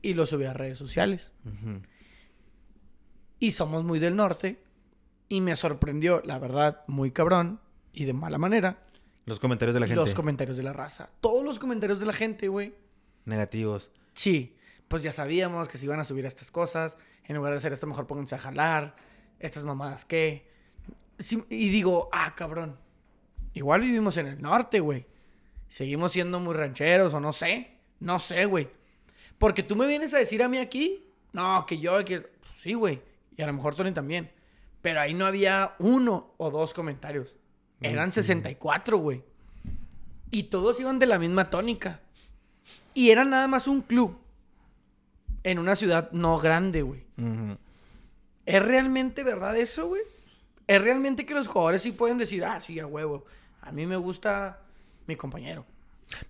A: y lo subió a redes sociales.
B: Ujú.
A: Y somos muy del norte y me sorprendió, la verdad, muy cabrón y de mala manera
B: Los comentarios de la gente.
A: los comentarios de la raza. Todos los comentarios de la gente, güey.
B: Negativos.
A: Sí, pues ya sabíamos que se iban a subir a estas cosas. En lugar de hacer esto, mejor pónganse a jalar. Estas mamadas, ¿qué? Sí, y digo, ah, cabrón. Igual vivimos en el norte, güey. Seguimos siendo muy rancheros o no sé. No sé, güey. Porque tú me vienes a decir a mí aquí, no, que yo, que... pues sí, güey. Y a lo mejor Tony también. Pero ahí no había uno o dos comentarios. Eran 64, güey. Y todos iban de la misma tónica. Y era nada más un club. En una ciudad no grande, güey.
B: Ujú.
A: ¿Es realmente verdad eso, güey? ¿Es realmente que los jugadores sí pueden decir, ah, sí, a huevo, a mí me gusta mi compañero?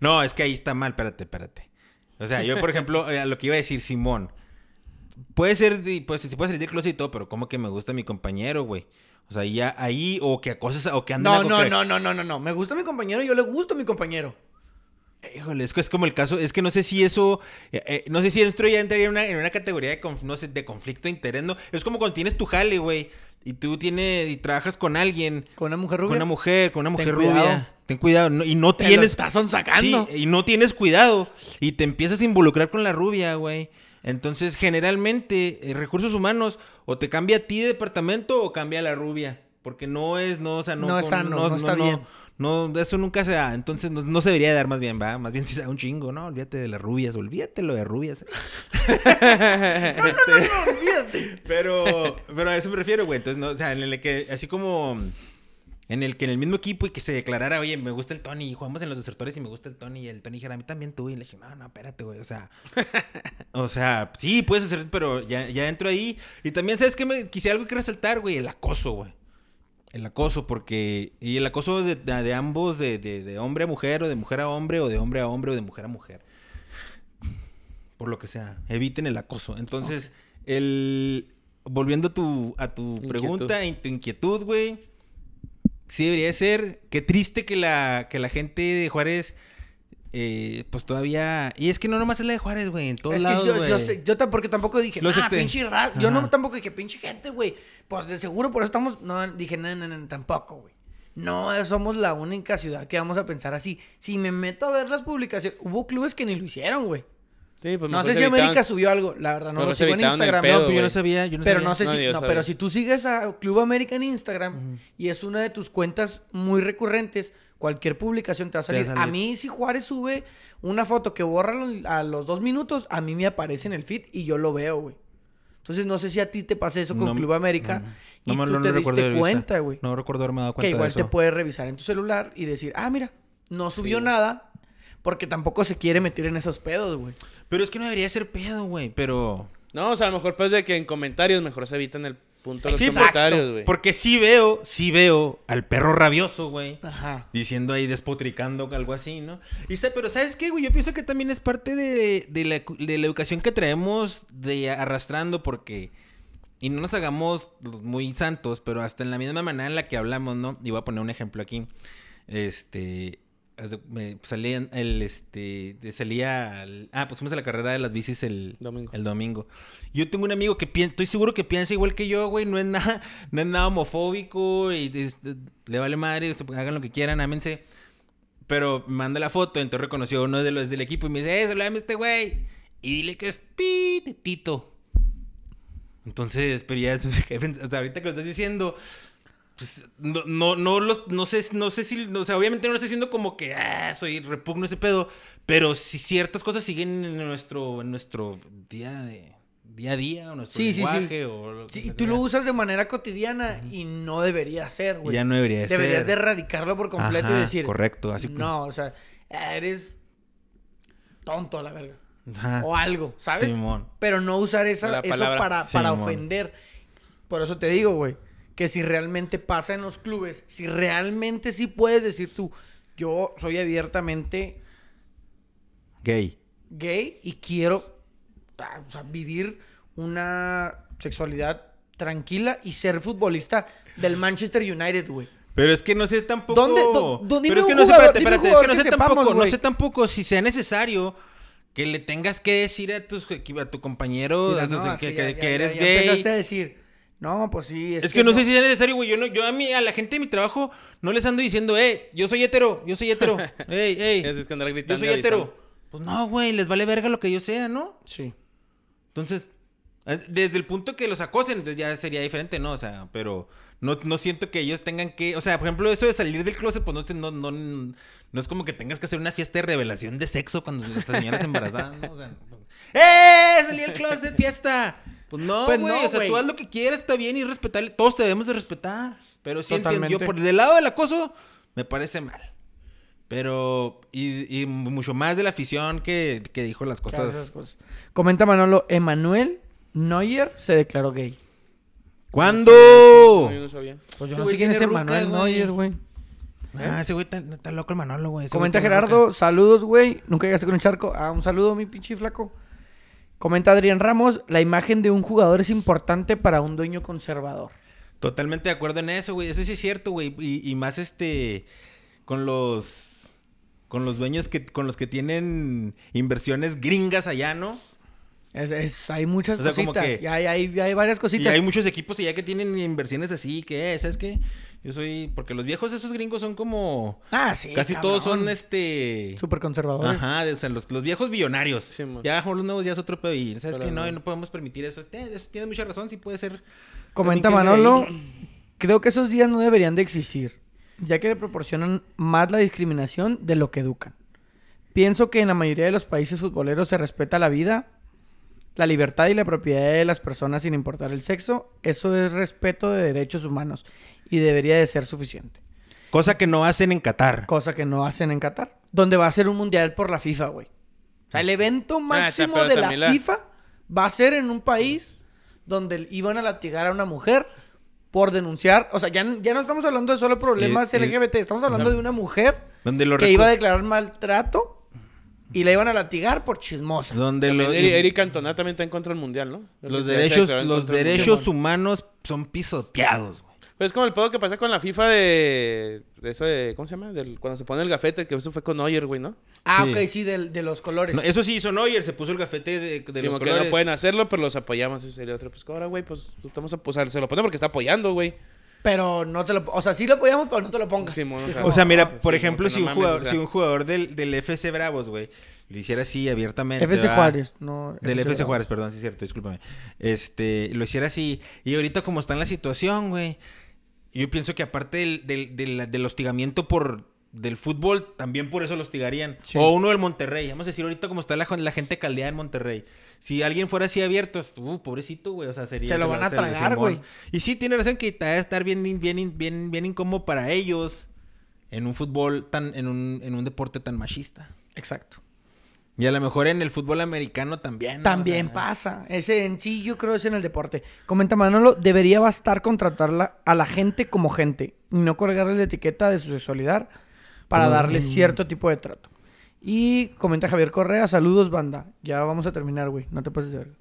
B: No, es que ahí está mal, espérate, espérate. O sea, yo, por ejemplo, eh, lo que iba a decir Simón. Puede ser, de- pues, si puede salir de closet y todo, pero como que me gusta mi compañero, güey. O sea, ya ahí, o que acosas, o que andan...
A: No,
B: o
A: no,
B: que-
A: no, no, no, no, no. Me gusta mi compañero, yo le gusto a mi compañero.
B: Híjole, es que es como el caso, es que no sé si eso, eh, eh, no sé si esto ya entraría en una, en una categoría de, conf- no sé, de conflicto de interés, ¿no? Es como cuando tienes tu jale, güey, y tú tienes, y trabajas con alguien,
A: Con una mujer rubia.
B: con una mujer, con una mujer rubia,
A: cuidado.
B: ten cuidado, no- y no
A: Te lo
B: tienes...
A: estás sonsacando.
B: Sí, y no tienes cuidado. Y te empiezas a involucrar con la rubia, güey. Entonces, generalmente, eh, recursos humanos, o te cambia a ti de departamento o cambia a la rubia. Porque no es, no, o sea, no.
A: No es sano, no está bien.
B: No, eso nunca se da. Entonces, no, no se debería dar más bien, va. Más bien si se da un chingo, ¿no? Olvídate de las rubias, olvídate lo de rubias.
A: Olvídate. este.
B: Pero, pero a eso me refiero, güey. Entonces, no, o sea, en el que, así como En el que en el mismo equipo y que se declarara, oye, me gusta el Tony, y jugamos en los desertores y me gusta el Tony, y el Tony dijera, a mí también tú, y le dije, no, no, espérate, güey, o sea, o sea, sí, puedes hacer, pero ya, ya entro ahí. Y también, ¿sabes qué? Me, quise algo que resaltar, güey, el acoso, güey. El acoso, porque, y el acoso de, de- de ambos, de, de- de hombre a mujer, o de mujer a hombre, o de hombre a hombre, o de mujer a mujer. Por lo que sea, eviten el acoso. Entonces, el, volviendo a tu, a tu
D: Inquietud.
B: pregunta, y tu inquietud, güey. Sí, debería de ser. Qué triste que la, que la gente de Juárez, eh, pues todavía. Y es que no nomás es la de Juárez, güey. En todos
A: Es que
B: lados,
A: yo,
B: güey.
A: yo sé- yo tam- porque tampoco dije,
B: Los
A: ah,
B: exten-
A: pinche ra- Yo
B: Ajá.
A: no tampoco dije, pinche gente, güey. Pues de seguro por eso estamos. No, dije, no, no, no, tampoco, güey. No eh, somos la única ciudad que vamos a pensar así. Si me meto a ver las publicaciones, hubo clubes que ni lo hicieron, güey.
D: Sí, pues
A: No
D: mejor
A: sé
D: se
A: si América
D: evitaban-
A: subió algo, la verdad, no
D: Mejor
A: lo
D: se
A: sigo en
D: evitaron el
A: Instagram.
D: pedo,
A: no,
B: Pero yo no
D: güey.
B: sabía, yo no
A: pero
B: sabía.
A: no sé
D: No,
A: si,
D: yo
A: no,
D: sabía.
A: pero si tú sigues a Club América en Instagram y es una de tus cuentas muy recurrentes, cualquier publicación te va a
B: Te va a
A: salir. A
B: salir.
A: mí, si Juárez sube una foto que borra lo- a los dos minutos, a mí me aparece en el feed y yo lo veo, güey. Entonces, no sé si a ti te pasa eso con
B: No,
A: Club América
B: No,
A: y
B: me-
A: tú
B: no
A: te
B: lo recuerdo
A: diste
B: haber visto.
A: cuenta, güey.
B: No recuerdo haberme dado cuenta
A: que igual
B: de eso.
A: te puedes revisar en tu celular y decir, ah, mira, no subió nada porque tampoco se quiere meter en esos pedos, güey.
B: Pero es que no debería ser pedo, güey. Pero.
D: No, o sea, a lo mejor pues de que en comentarios mejor se evitan el punto de los
B: Sí,
D: comentarios,
B: exacto,
D: güey.
B: Porque sí veo, sí veo al perro rabioso, güey.
A: Ajá.
B: Diciendo ahí, despotricando, algo así, ¿no? Y sé, pero ¿sabes qué, güey? Yo pienso que también es parte de, de la, de la educación que traemos de arrastrando, porque. Y no nos hagamos los muy santos, pero hasta en la misma manera en la que hablamos, ¿no? Y voy a poner un ejemplo aquí. Este. haz de- Me salían el este de- salía al- ah pues fuimos a la carrera de las bicis el
D: Domingo.
B: el domingo yo tengo un amigo que piensa estoy seguro que piensa igual que yo güey no es nada no es nada homofóbico y es- le vale madre este, hagan lo que quieran ámense pero me manda la foto entonces reconoció a uno de los del equipo y me dice eh saludame a este güey y dile que es pitito entonces pero ya hasta ahorita que lo estás diciendo pues, no, no, no, los, no sé, no sé si, no, o sea, obviamente no lo estoy diciendo como que, ah, soy repugno ese pedo, pero si ciertas cosas siguen en nuestro, en nuestro día de, día a día, o nuestro
A: Sí, sí, sí.
B: lenguaje, o lo que
A: Sí, y
B: sea.
A: tú lo usas de manera cotidiana y no debería ser, güey.
B: Ya no debería de
A: Deberías
B: ser.
A: de erradicarlo por completo
B: Ajá,
A: y decir.
B: correcto, así como-
A: No, o sea, eres tonto a la verga.
B: Ajá.
A: O algo, ¿sabes?
B: Ah, Simón.
A: Pero no usar esa,
D: La
A: eso
D: palabra.
A: para, para
B: Simón.
A: ofender. Por eso te digo, güey, que si realmente pasa en los clubes, si realmente sí puedes decir tú, yo soy abiertamente
B: Gay.
A: gay y quiero ah, o sea, vivir una sexualidad tranquila y ser futbolista del Manchester United, güey.
B: Pero es que no sé tampoco.
A: ¿Dónde- dó- dó- dime
B: pero es que
A: un
B: no sé,
A: jugador,
B: espérate,
A: dime un
B: espérate, es que no
A: jugador
B: sé
A: que
B: tampoco,
A: sepamos,
B: no
A: güey.
B: sé tampoco si sea necesario que le tengas que decir a tus equi- a tu compañero
A: Mira,
B: a tus-
A: no, es
B: que,
A: ya-
B: que-
A: ya-
B: que
A: ya-
B: eres
A: ya
B: gay.
A: Empezaste a decir, no, pues sí.
B: Es, que, no, sé si es necesario, güey. Yo, no, yo a, mí, a la gente de mi trabajo no les ando diciendo, eh, yo soy hetero, yo soy hetero, ey,
D: Tienes
B: ey,
D: que andar
B: yo
D: gritando
B: soy
D: y avisando.
B: hetero. Pues no, güey, les vale verga lo que yo sea, ¿no?
A: Sí.
B: Entonces, eh, desde el punto que los acosen, entonces ya sería diferente, ¿no? O sea, pero no, no siento que ellos tengan que... O sea, por ejemplo, eso de salir del closet, pues no, sé, no, no, no es como que tengas que hacer una fiesta de revelación de sexo cuando estas señoras embarazadas, ¿no? O sea, pues, ¡eh! ¡Salí del closet, fiesta! Pues no, güey.
A: Pues no,
B: o sea,
A: güey.
B: tú haz lo que quieras, está bien y respetable. Todos te debemos de respetar. Pero sí entiendo, yo
A: Totalmente.
B: por el lado del acoso, me parece mal. Pero, y, y mucho más de la afición que, que dijo las cosas.
A: Comenta Manolo, Emanuel Neuer se declaró gay.
B: ¿Cuándo?
D: No, yo no sabía.
A: Pues yo
B: Ese
A: no
B: güey
A: sé quién es
B: tiene ruca,
A: Emanuel
B: güey.
A: Neuer, güey.
B: Ah, ese güey está, está loco el Manolo, güey. Ese
A: Comenta
B: güey está loco.
A: Gerardo, saludos, güey. Nunca llegaste con un charco. Ah, un saludo, mi pinche flaco. Comenta Adrián Ramos, la imagen de un jugador es importante para un dueño conservador.
B: Totalmente de acuerdo en eso, güey. Eso sí es cierto, güey. Y, y más este. Con los. Con los dueños que. Con los que tienen inversiones gringas allá, ¿no?
A: Es- es- hay muchas
B: O sea, como
A: cositas.
B: que-
A: Ya hay, hay- ya hay varias
B: Y
A: cositas.
B: hay muchos equipos allá que tienen inversiones así, que, eh, ¿sabes qué? Yo soy. Porque los viejos esos gringos son como.
A: Ah, sí.
B: casi todos son
A: súper
B: este.
A: conservadores.
B: Ajá, de- o sea, los, los viejos billonarios.
D: Sí, mon.
B: ya con los nuevos ya es otro pedo. Y sabes
D: Pero
B: que no,
D: no.
B: y no podemos permitir eso. Este- eso tiene mucha razón, sí puede ser.
A: Comenta
B: También que-
A: Manolo, creo que esos días no deberían de existir, ya que le proporcionan más la discriminación de lo que educan. Pienso que en la mayoría de los países futboleros se respeta la vida, la libertad y la propiedad de las personas sin importar el sexo. Eso es respeto de derechos humanos y debería de ser suficiente.
B: Cosa que no hacen en Qatar.
A: Cosa que no hacen en Qatar. Donde va a ser un mundial por la FIFA, güey. O sea, el evento máximo
C: Ah, pero
A: de la
C: también la-
A: FIFA va a ser en un país donde iban a latigar a una mujer por denunciar. O sea, ya, ya no estamos hablando de solo problemas
B: Eh, eh,
A: LGBT. Estamos hablando de una mujer
B: Donde lo
A: que
B: recu-
A: iba a declarar maltrato y la iban a latigar por chismosa.
B: Donde lo-
C: Eric, Eric Cantona también está en contra del mundial, ¿no?
B: los
C: Ya se
B: derechos,
C: declaró en
B: los
C: contra del
B: derechos
C: mundial.
B: humanos son pisoteados, güey.
C: Pues es como el pedo que pasa con la FIFA de. de eso de. ¿Cómo se llama? Del, cuando se pone el gafete, que eso fue con Neuer, güey, ¿no?
A: Ah,
B: Sí.
A: ok, sí, del- de, los colores.
B: No, eso sí hizo Neuer, se puso el gafete de, de
C: Como
B: los
C: que
B: colores.
C: no pueden hacerlo, pero los apoyamos. Y el otro, pues ahora, güey, pues tú estamos a, o sea, se lo pone porque está apoyando, güey.
A: Pero no te lo... O sea, sí lo apoyamos, pero no te lo pongas.
C: Simón, o
A: Es
C: sea,
A: como-
B: O sea, mira,
C: Ah, sí,
B: por
C: no,
B: ejemplo,
C: o sea,
B: si,
C: no
B: un
C: mames,
B: jugador,
C: o sea.
B: si un jugador del, del FC Bravos, güey, lo hiciera así abiertamente.
A: FC
B: ¿verdad?
A: Juárez, no...
B: ah, Del FC
A: Bravo.
B: Juárez, perdón, sí es cierto, discúlpame. Este, lo hiciera así. Y ahorita como está en la situación, güey, yo pienso que aparte del, del, del- del hostigamiento por del fútbol, también por eso lo hostigarían.
A: Sí.
B: O uno del Monterrey. Vamos a decir, ahorita como está la, la gente caldeada en Monterrey. Si alguien fuera así abierto, es- uh, pobrecito, güey. O sea, sería...
A: Se lo van a
B: sería
A: tragar,
B: Simón.
A: güey.
B: Y sí, tiene razón que está estar bien, bien, bien, bien incómodo para ellos en un fútbol tan, en un, en un deporte tan machista.
A: Exacto.
B: Y a lo mejor en el fútbol americano también. ¿no?
A: También
B: O sea,
A: pasa. Ese en sí, yo creo, es en el deporte. Comenta Manolo, debería bastar contratarla a la gente como gente y no colgarle la etiqueta de su sexualidad para
B: Mm.
A: darle cierto tipo de trato. Y comenta Javier Correa, saludos, banda. Ya vamos a terminar, güey. No te pases de verga.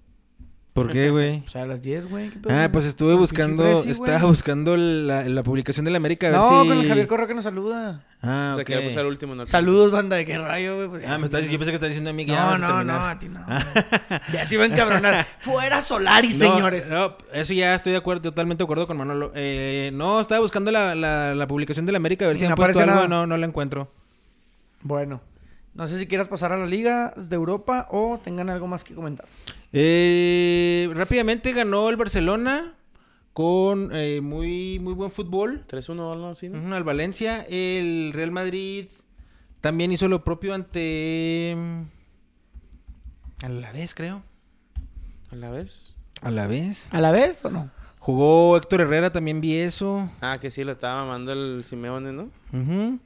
B: ¿Por qué, güey?
A: O sea, a las 10, güey. ¿qué pedo,
B: Ah,
A: güey?
B: pues estuve
A: Pinche
B: buscando,
A: Prezi, güey.
B: estaba buscando la, la publicación de la América a ver
A: No,
B: si...
A: con el Javier Correa que nos saluda.
B: Ah,
C: O sea,
B: ok.
C: que ya puse pues, al último en la-
A: Saludos, banda. ¿De qué rayo, güey? Pues ya,
B: Ah, me estás, yo pensé que estás diciendo a mí que ya
A: No,
B: vamos a
A: no, no,
B: terminar.
A: a ti no. Ya se iba a encabronar. Fuera Solaris,
B: No,
A: señores.
B: No, eso ya estoy de acuerdo, totalmente de acuerdo con Manolo. Eh, no, estaba buscando la, la, la publicación de la América a ver
A: Y
B: si
A: no
B: han puesto
A: aparece
B: algo.
A: nada.
B: No, no la encuentro.
A: Bueno, no sé si quieras pasar a la Liga de Europa o tengan algo más que comentar.
B: Eh, rápidamente ganó el Barcelona con eh, muy, muy buen fútbol.
C: 3-1 o algo así, ¿no?
B: Ujú, al Valencia. El Real Madrid también hizo lo propio ante. A la vez, creo.
C: A la vez.
B: A la vez.
A: ¿A la vez o no?
B: Jugó Héctor Herrera, también vi eso.
C: Ah, que sí, le estaba mamando el Simeone, ¿no?
B: Ujú.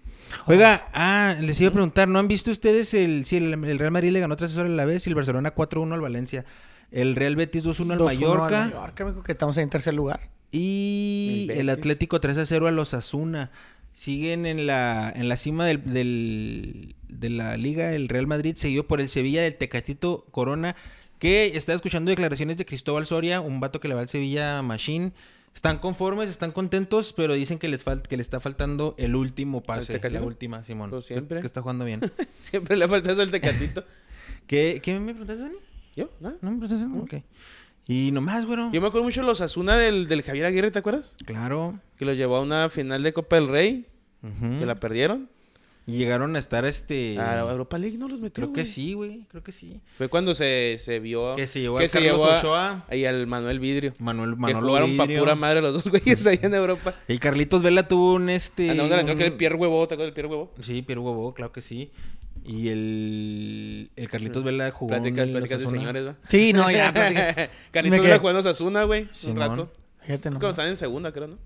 B: Oiga, ah, les iba a preguntar, ¿no han visto ustedes el, si el, el Real Madrid le ganó 3 a la vez y el Barcelona 4-1 al Valencia? El Real Betis 2-1 al
A: 2-1
B: Mallorca.
A: al Mallorca, mijo, que estamos en tercer lugar.
B: Y
C: El
B: el,
C: Betis.
B: Atlético 3 a 0 a los Asuna. Siguen en la, en la cima del, del- de la liga el Real Madrid, seguido por el Sevilla del Tecatito Corona, que está escuchando declaraciones de Cristóbal Soria, un vato que le va al Sevilla Machine. Están conformes, están contentos, pero dicen que les falta que le está faltando el último pase, la
C: Tecatito?
B: última, Simón.
C: Pues
B: que-
C: siempre.
B: Que, está jugando bien.
C: Siempre le falta eso al tecatito.
B: ¿Qué, qué me preguntaste, Dani?
C: ¿Yo? ¿Nada?
B: ¿No me preguntaste? Dani? Ok. Y nomás, güero.
C: Yo me acuerdo mucho de los Asuna del, del Javier Aguirre, ¿te acuerdas?
B: Claro.
C: Que los llevó a una final de Copa del Rey,
B: Ujú.
C: que la Ah, perdieron.
B: Y llegaron a estar este...
C: A Europa League no los metió.
B: Creo que
C: güey.
B: sí, güey. Creo que sí.
C: Fue cuando se, se vio.
B: Que se llevó
C: que
B: a Carlos
C: llevó a-
B: Ochoa.
C: Y al Manuel Vidrio.
B: Manuel
C: que
B: Manolo
C: jugaron pa'
B: Vidrio.
C: pura madre los dos güeyes ahí en Europa.
B: Y Carlitos Vela tuvo un este.
C: Ah, no, un delantero que era el
B: un-
C: Pierre Huevo, ¿te acuerdas del Pierre Huevo?
B: Sí, Pierre Huevo, claro que sí. Y el, el Carlitos Vela jugó. en
C: Pláticas,
B: el
C: pláticas de
B: Osasuna.
C: señores, ¿va?
A: Sí, no, ya. pues, platica. Me
C: Carlitos
A: quedé-
C: era jugando a Sasuna, güey, un
B: Simón.
C: rato.
A: Fíjate, no.
C: Cuando estaban en segunda, creo, ¿no?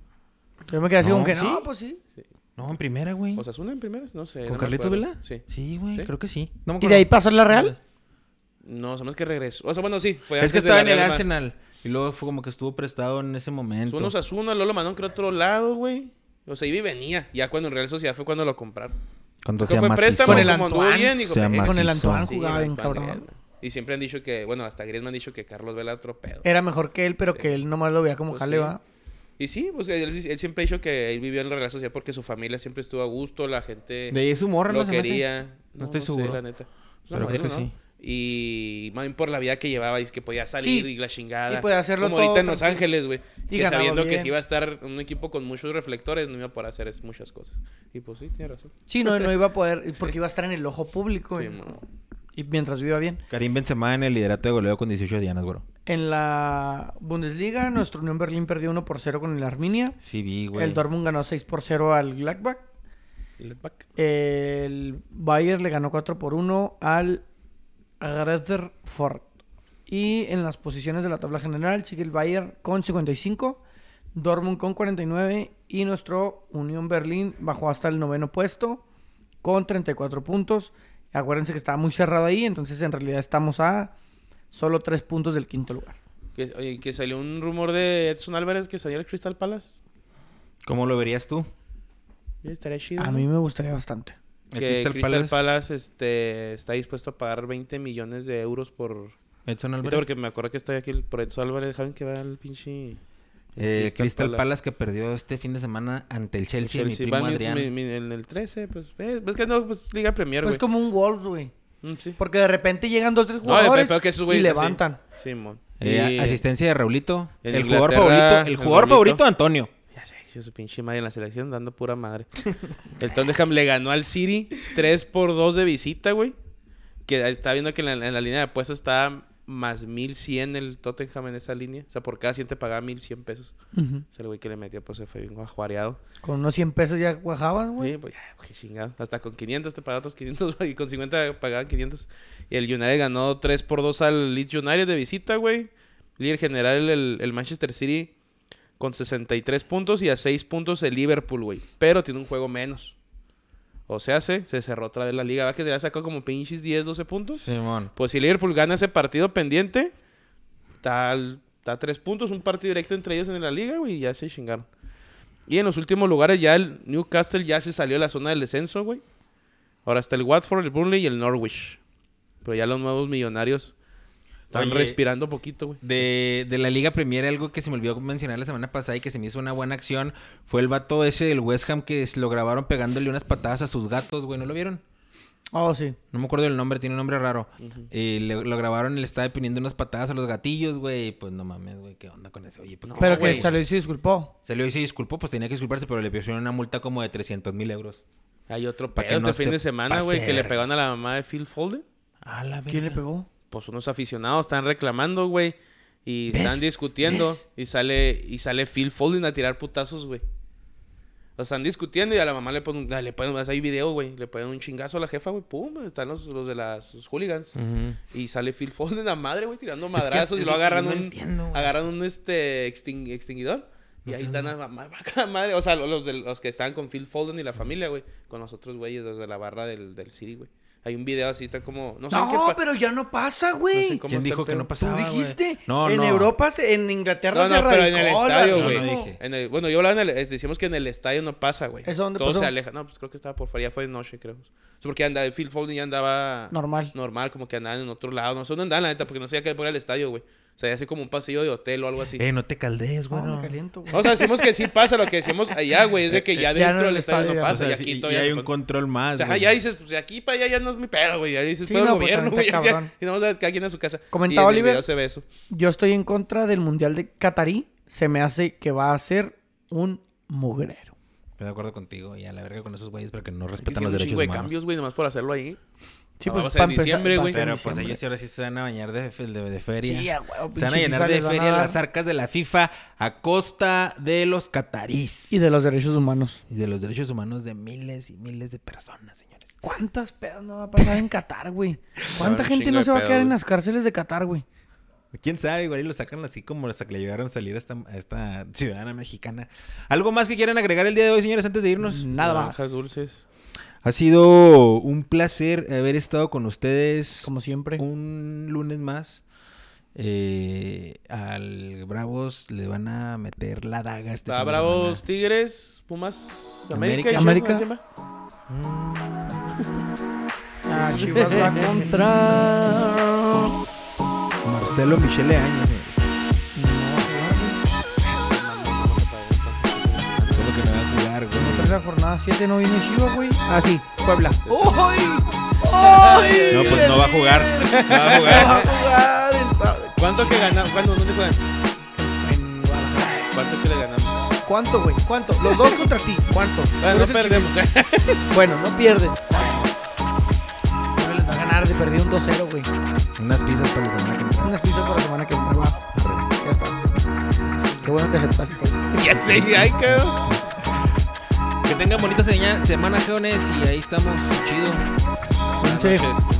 A: Yo me quedé así
B: No,
A: como que
B: ¿sí?
A: no, pues sí.
B: No, en primera, güey.
C: ¿O Sasuna en primeras? No sé. no
B: ¿Con
C: me
B: Carlitos
C: acuerdo.
B: Vela?
C: Sí.
B: Sí, güey,
C: Sí.
B: creo que sí. No
A: ¿Y
B: me acuerdo.
A: de ahí pasó la Real?
C: No, sabemos que regresó. O sea, bueno, sí. Fue
B: Es que
C: antes de la
B: estaba en el
C: Real Madrid.
B: Arsenal. Y luego fue como que estuvo prestado en ese momento.
C: Fue unos Asuna, Lolo Manón, creo, otro lado, güey. O sea, iba y venía. Ya cuando en Real Sociedad fue cuando lo compraron.
B: Cuando
C: Que
B: se
C: fue
B: llama
C: préstamo
A: Con el
C: como anduvo
A: Antoine.
C: bien, dijo,
B: Se
C: "Eh,
B: llama
A: Con el
B: macizo.
A: Antoine
C: Sí,
A: jugaba
C: Antoine,
A: bien, cabrón.
C: él. Y siempre han dicho que, bueno, hasta Griezmann han dicho que Carlos Vela otro pedo.
B: Eh.
A: Era mejor que él, pero que él nomás lo veía como
C: Pues
A: jale,
C: sí.
A: va.
C: Y sí, pues él, él siempre ha dicho que él vivió en la Real Sociedad porque su familia siempre estuvo a gusto, la gente
B: De ahí es humor,
C: lo
B: ¿no? Se me hace.
C: quería.
B: estoy seguro.
C: la neta. Es una
B: Pero creo
C: modelo,
B: que
C: ¿no?
B: sí.
C: Y más bien por la vida que llevaba y es que podía salir
A: Sí.
C: y la chingada.
A: Y podía hacerlo
C: Como
A: todo
C: ahorita en Los
A: tranquilo.
C: Ángeles, güey.
A: Y
C: Que
A: ganaba
C: sabiendo que
A: bien.
C: si iba a estar en un equipo con muchos reflectores, no iba a poder hacer es- muchas cosas. Y pues sí, tiene razón.
A: Sí, no, no iba a poder, porque iba a estar en el ojo público.
C: Sí,
A: y-
C: mo.
A: y mientras viva bien.
B: Karim Benzema en el liderato de goleo con 18 dianas, güero.
A: En la Bundesliga, nuestro Unión Berlín perdió 1 por 0 con el Arminia.
B: Sí, vi, güey.
A: El Dortmund ganó 6 por 0 al Gladbach.
C: Y let back.
A: El Bayern le ganó 4 por 1 al Greuther Ford. Y en las posiciones de la tabla general sigue el Bayern con 55. Dortmund con 49 y nuestro Unión Berlín bajó hasta el noveno puesto con 34 puntos. Acuérdense que estaba muy cerrado ahí, entonces en realidad estamos a solo 3 puntos del quinto lugar.
C: Que, oye, que salió un rumor de Edson Álvarez que salió al Crystal Palace.
B: ¿Cómo lo verías tú?
C: Oye, Estaría chido.
A: A
C: ¿no?
A: mí me gustaría bastante.
B: ¿El
C: que
B: Crystal
C: Crystal,
B: Palace?
C: Palace, este, está dispuesto a pagar 20 millones de euros por...
B: Edson
C: Ahorita
B: Álvarez.
C: Porque me acuerdo que está aquí el por Edson Álvarez, Javen que va al pinche...
B: Eh,
C: Crystal
B: Crystal
C: Palace.
B: Palace que perdió este fin de semana ante el Chelsea, mi
C: Chelsea.
B: primo
C: Va mi-
B: Adrián.
C: mi- mi- en el 13, pues... ¿Ves, ves que no? Pues Liga Premier,
A: Es
C: güey.
A: como un Wolves, güey.
C: Mm, sí.
A: Porque de repente llegan dos, tres
C: No, de-
A: jugadores
C: pero que esos
A: y
C: güeyes así.
A: levantan.
C: Simón.
B: Eh,
C: Y-
B: asistencia de Raulito.
C: en
B: El, jugador
C: Inglaterra,
B: favorito. El
C: el
B: jugador
C: Raulito.
B: favorito, Antonio.
C: Ya sé, hizo su pinche madre en la selección dando pura madre. El Tottenham le ganó al City 3 por 2 de visita, güey. Que está viendo que en la, en la línea de apuestas está más 1100 el Tottenham en esa línea. O sea, por cada 100 te pagaba 1100 pesos.
A: Ujú.
C: O sea, el güey que le metió, pues se fue bien guajuareado.
A: Con unos 100 pesos ya guajaban, güey.
C: Sí, pues ya, qué chingado. Hasta con 500 te pagaban otros 500 güey, y con 50 pagaban 500. Y el United ganó 3 por 2 al Leeds United de visita, güey. Líder general el, el Manchester City con 63 puntos y a 6 puntos el Liverpool, güey. Pero tiene un juego menos. O sea, se, se cerró otra vez la liga. ¿Va que se le ha sacado como pinches 10, 12 puntos?
B: Simón.
C: Pues si Liverpool gana ese partido pendiente, tal, está a tres puntos, un partido directo entre ellos en la liga, güey, y ya se chingaron. Y en los últimos lugares ya el Newcastle ya se salió de la zona del descenso, güey. Ahora está el Watford, el Burnley y el Norwich. Pero ya los nuevos millonarios están
B: Oye.
C: respirando poquito, güey.
B: De, de la Liga Premier, algo que se me olvidó mencionar la semana pasada y que se me hizo una buena acción fue el vato ese del West Ham que se lo grabaron pegándole unas patadas a sus gatos, güey. ¿No lo vieron?
A: Oh, sí.
B: No me acuerdo del nombre, tiene un nombre raro. Eh, le- lo grabaron y le estaba poniendo unas patadas a los gatillos, güey. y Pues no mames, güey, ¿qué onda con eso? Oye, pues. ¿qué
A: Pero
B: onda,
A: que
B: güey?
A: salió y se disculpó.
B: Salió y se disculpó, pues tenía que disculparse, pero le pusieron una multa como de 300 mil euros.
C: Hay otro
B: Pa' que
C: pedo este
B: no se
C: fin de semana,
B: pase
C: güey,
B: de
C: que le
B: verga.
C: pegaron a la mamá de Phil Foden.
B: A la
A: ¿Quién le
B: verga.
A: pegó?
C: pues unos aficionados están reclamando, güey. Y
B: ¿Ves?
C: están discutiendo.
B: ¿Ves?
C: Y sale, y sale Phil Foden a tirar putazos, güey. O están discutiendo y a la mamá le ponen, ah, le ponen, ahí hay video, güey. Le ponen un chingazo a la jefa, güey. Pum, están los, los de las los hooligans.
B: Ujú.
C: Y sale Phil Foden a madre, güey, tirando
B: que-
C: madrazos
B: Mm. es
C: y lo
B: lo que
C: agarran
B: yo no
C: un.
B: entiendo, güey.
C: agarran un este extin- extinguidor. Y ahí están a mamar vaca madre. O sea, lo- los, de, los que están con Phil Foden y la familia, güey. Con los otros güeyes desde la barra del, del City, güey. Hay un video así, está como. No sé en qué
A: No,
C: pa-
A: pero ya no pasa,
C: No sé
A: güey.
C: cómo está
B: ¿Quién
C: el
B: dijo que
C: pedo.
B: no
A: Tú
B: pasaba? güey?
A: dijiste.
B: No,
A: en
B: no.
A: Europa, se- en Inglaterra
C: No,
A: se
C: no, pero en el
A: radicó la-
C: estadio,
A: no,
C: güey.
B: no
A: no.
B: dije.
C: En el- bueno, yo hablaba en el- es- decimos que en el estadio no pasa, güey.
A: ¿Eso dónde
C: Todo
A: pasó?
C: se aleja. No, pues creo que estaba por fuera. Ya fue de noche, creo. O sea, porque andaba, Phil Foden ya andaba
A: Normal.
C: normal, como que andaban en otro lado. No sé dónde andaban, la neta, porque no sabía que por el estadio, güey. O sea, ya hace como un pasillo de hotel o algo así.
B: Eh, no te caldees, güey.
A: No,
B: no.
A: me caliento, güey.
C: O sea, decimos que sí pasa. Lo que decimos allá, güey, es de
B: Eh,
C: que
A: ya
C: ya dentro
A: no
C: del
A: el
C: estadio,
A: estadio, ya.
C: no
B: O
C: pasa.
B: sea,
C: y
B: sí,
C: aquí
B: y,
C: todavía
B: hay
C: se
B: un
C: pone-
B: control más,
C: o sea, ajá,
B: güey.
C: ya dices, pues de aquí para allá ya no es mi pedo, güey. Ya dices,
A: Sí,
C: pero
A: no,
C: el
A: pues,
C: gobierno,
A: también
C: güey.
A: está
C: ya-
A: cabrón.
C: Y no vamos a ver que alguien a su casa.
A: Comentaba
C: Y en el
A: Oliver-
C: video se ve eso.
A: Yo estoy en contra del Mundial de Qatarí. Se me hace que va a ser un mugrero.
B: Estoy de acuerdo contigo. Y a la verga con esos güeyes porque
C: Es
B: no
C: que
B: respetan
C: sí,
B: los
C: un
B: derechos
C: chingo de
B: humanos.
C: cambios, güey, nomás por hacerlo ahí.
A: Sí,
C: Ah,
A: pues
C: va a ser
A: para
C: en
A: empezar.
C: diciembre,
A: va a
C: güey.
A: ser en
B: Pero pues
A: diciembre.
B: ellos sí ahora sí se van a bañar de, fe- de, de feria.
A: Sí, a huevo,
B: se van a
A: pinche
B: llenar
A: FIFA
B: de
A: les van a
B: feria
A: dar.
B: las arcas de la FIFA a costa de los catarís.
A: Y de los derechos humanos.
B: y de los derechos humanos de miles y miles de personas, señores.
A: ¿Cuántas pedas no va a pasar en Qatar, güey? ¿Cuánta
C: un
A: gente
C: chingo
A: no
C: de
A: se va a
C: pedo,
A: quedar en
C: güey.
A: las cárceles de Qatar, güey?
B: Quién sabe, igual y lo sacan así como hasta que le llegaron a salir a esta, a esta ciudadana mexicana. ¿Algo más que quieran agregar el día de hoy, señores, antes de irnos?
A: Mm, Nada más.
C: Naranjas dulces.
B: Ha sido un placer haber estado con ustedes.
A: Como siempre.
B: un lunes más. Eh, al Bravos le van a meter la daga este
C: Está
B: fin de
C: Bravos, Tigres, Pumas,
B: América.
A: América.
C: América. y Chivas, ¿quién va?
A: Ah, Chivas va contra.
B: semana. Marcelo Michele eh, Años. Solo que no va a jugar, güey.
A: Tercera jornada 7 no viene Chivas, güey. Ah, sí, Puebla. ¡Uy!
B: No, pues no va a jugar. No va a
A: Va a
B: jugar.
A: jugar el sábado.
C: ¿Cuánto que ganamos? ¿Cuándo? ¿Dónde juegan?
A: En Guadalajara.
C: ¿Cuánto que le ganamos?
A: ¿Cuánto, güey? ¿Cuánto? Los dos contra ti. ¿Cuánto?
C: Bueno,
A: Por
C: no
A: eso
C: perdemos.
A: chi- Bueno, no pierden. Puebla les va a ganar. Se perdió un 2-0, güey.
B: Unas pizzas para la semana que entra.
A: Unas pistas para la semana que entra. va. Ya está. Qué bueno que aceptaste todo.
C: ya sé, ay, cabrón.
B: Que tengan bonita señal, semana, jóvenes, y ahí estamos. Chido.
C: Buenas noches.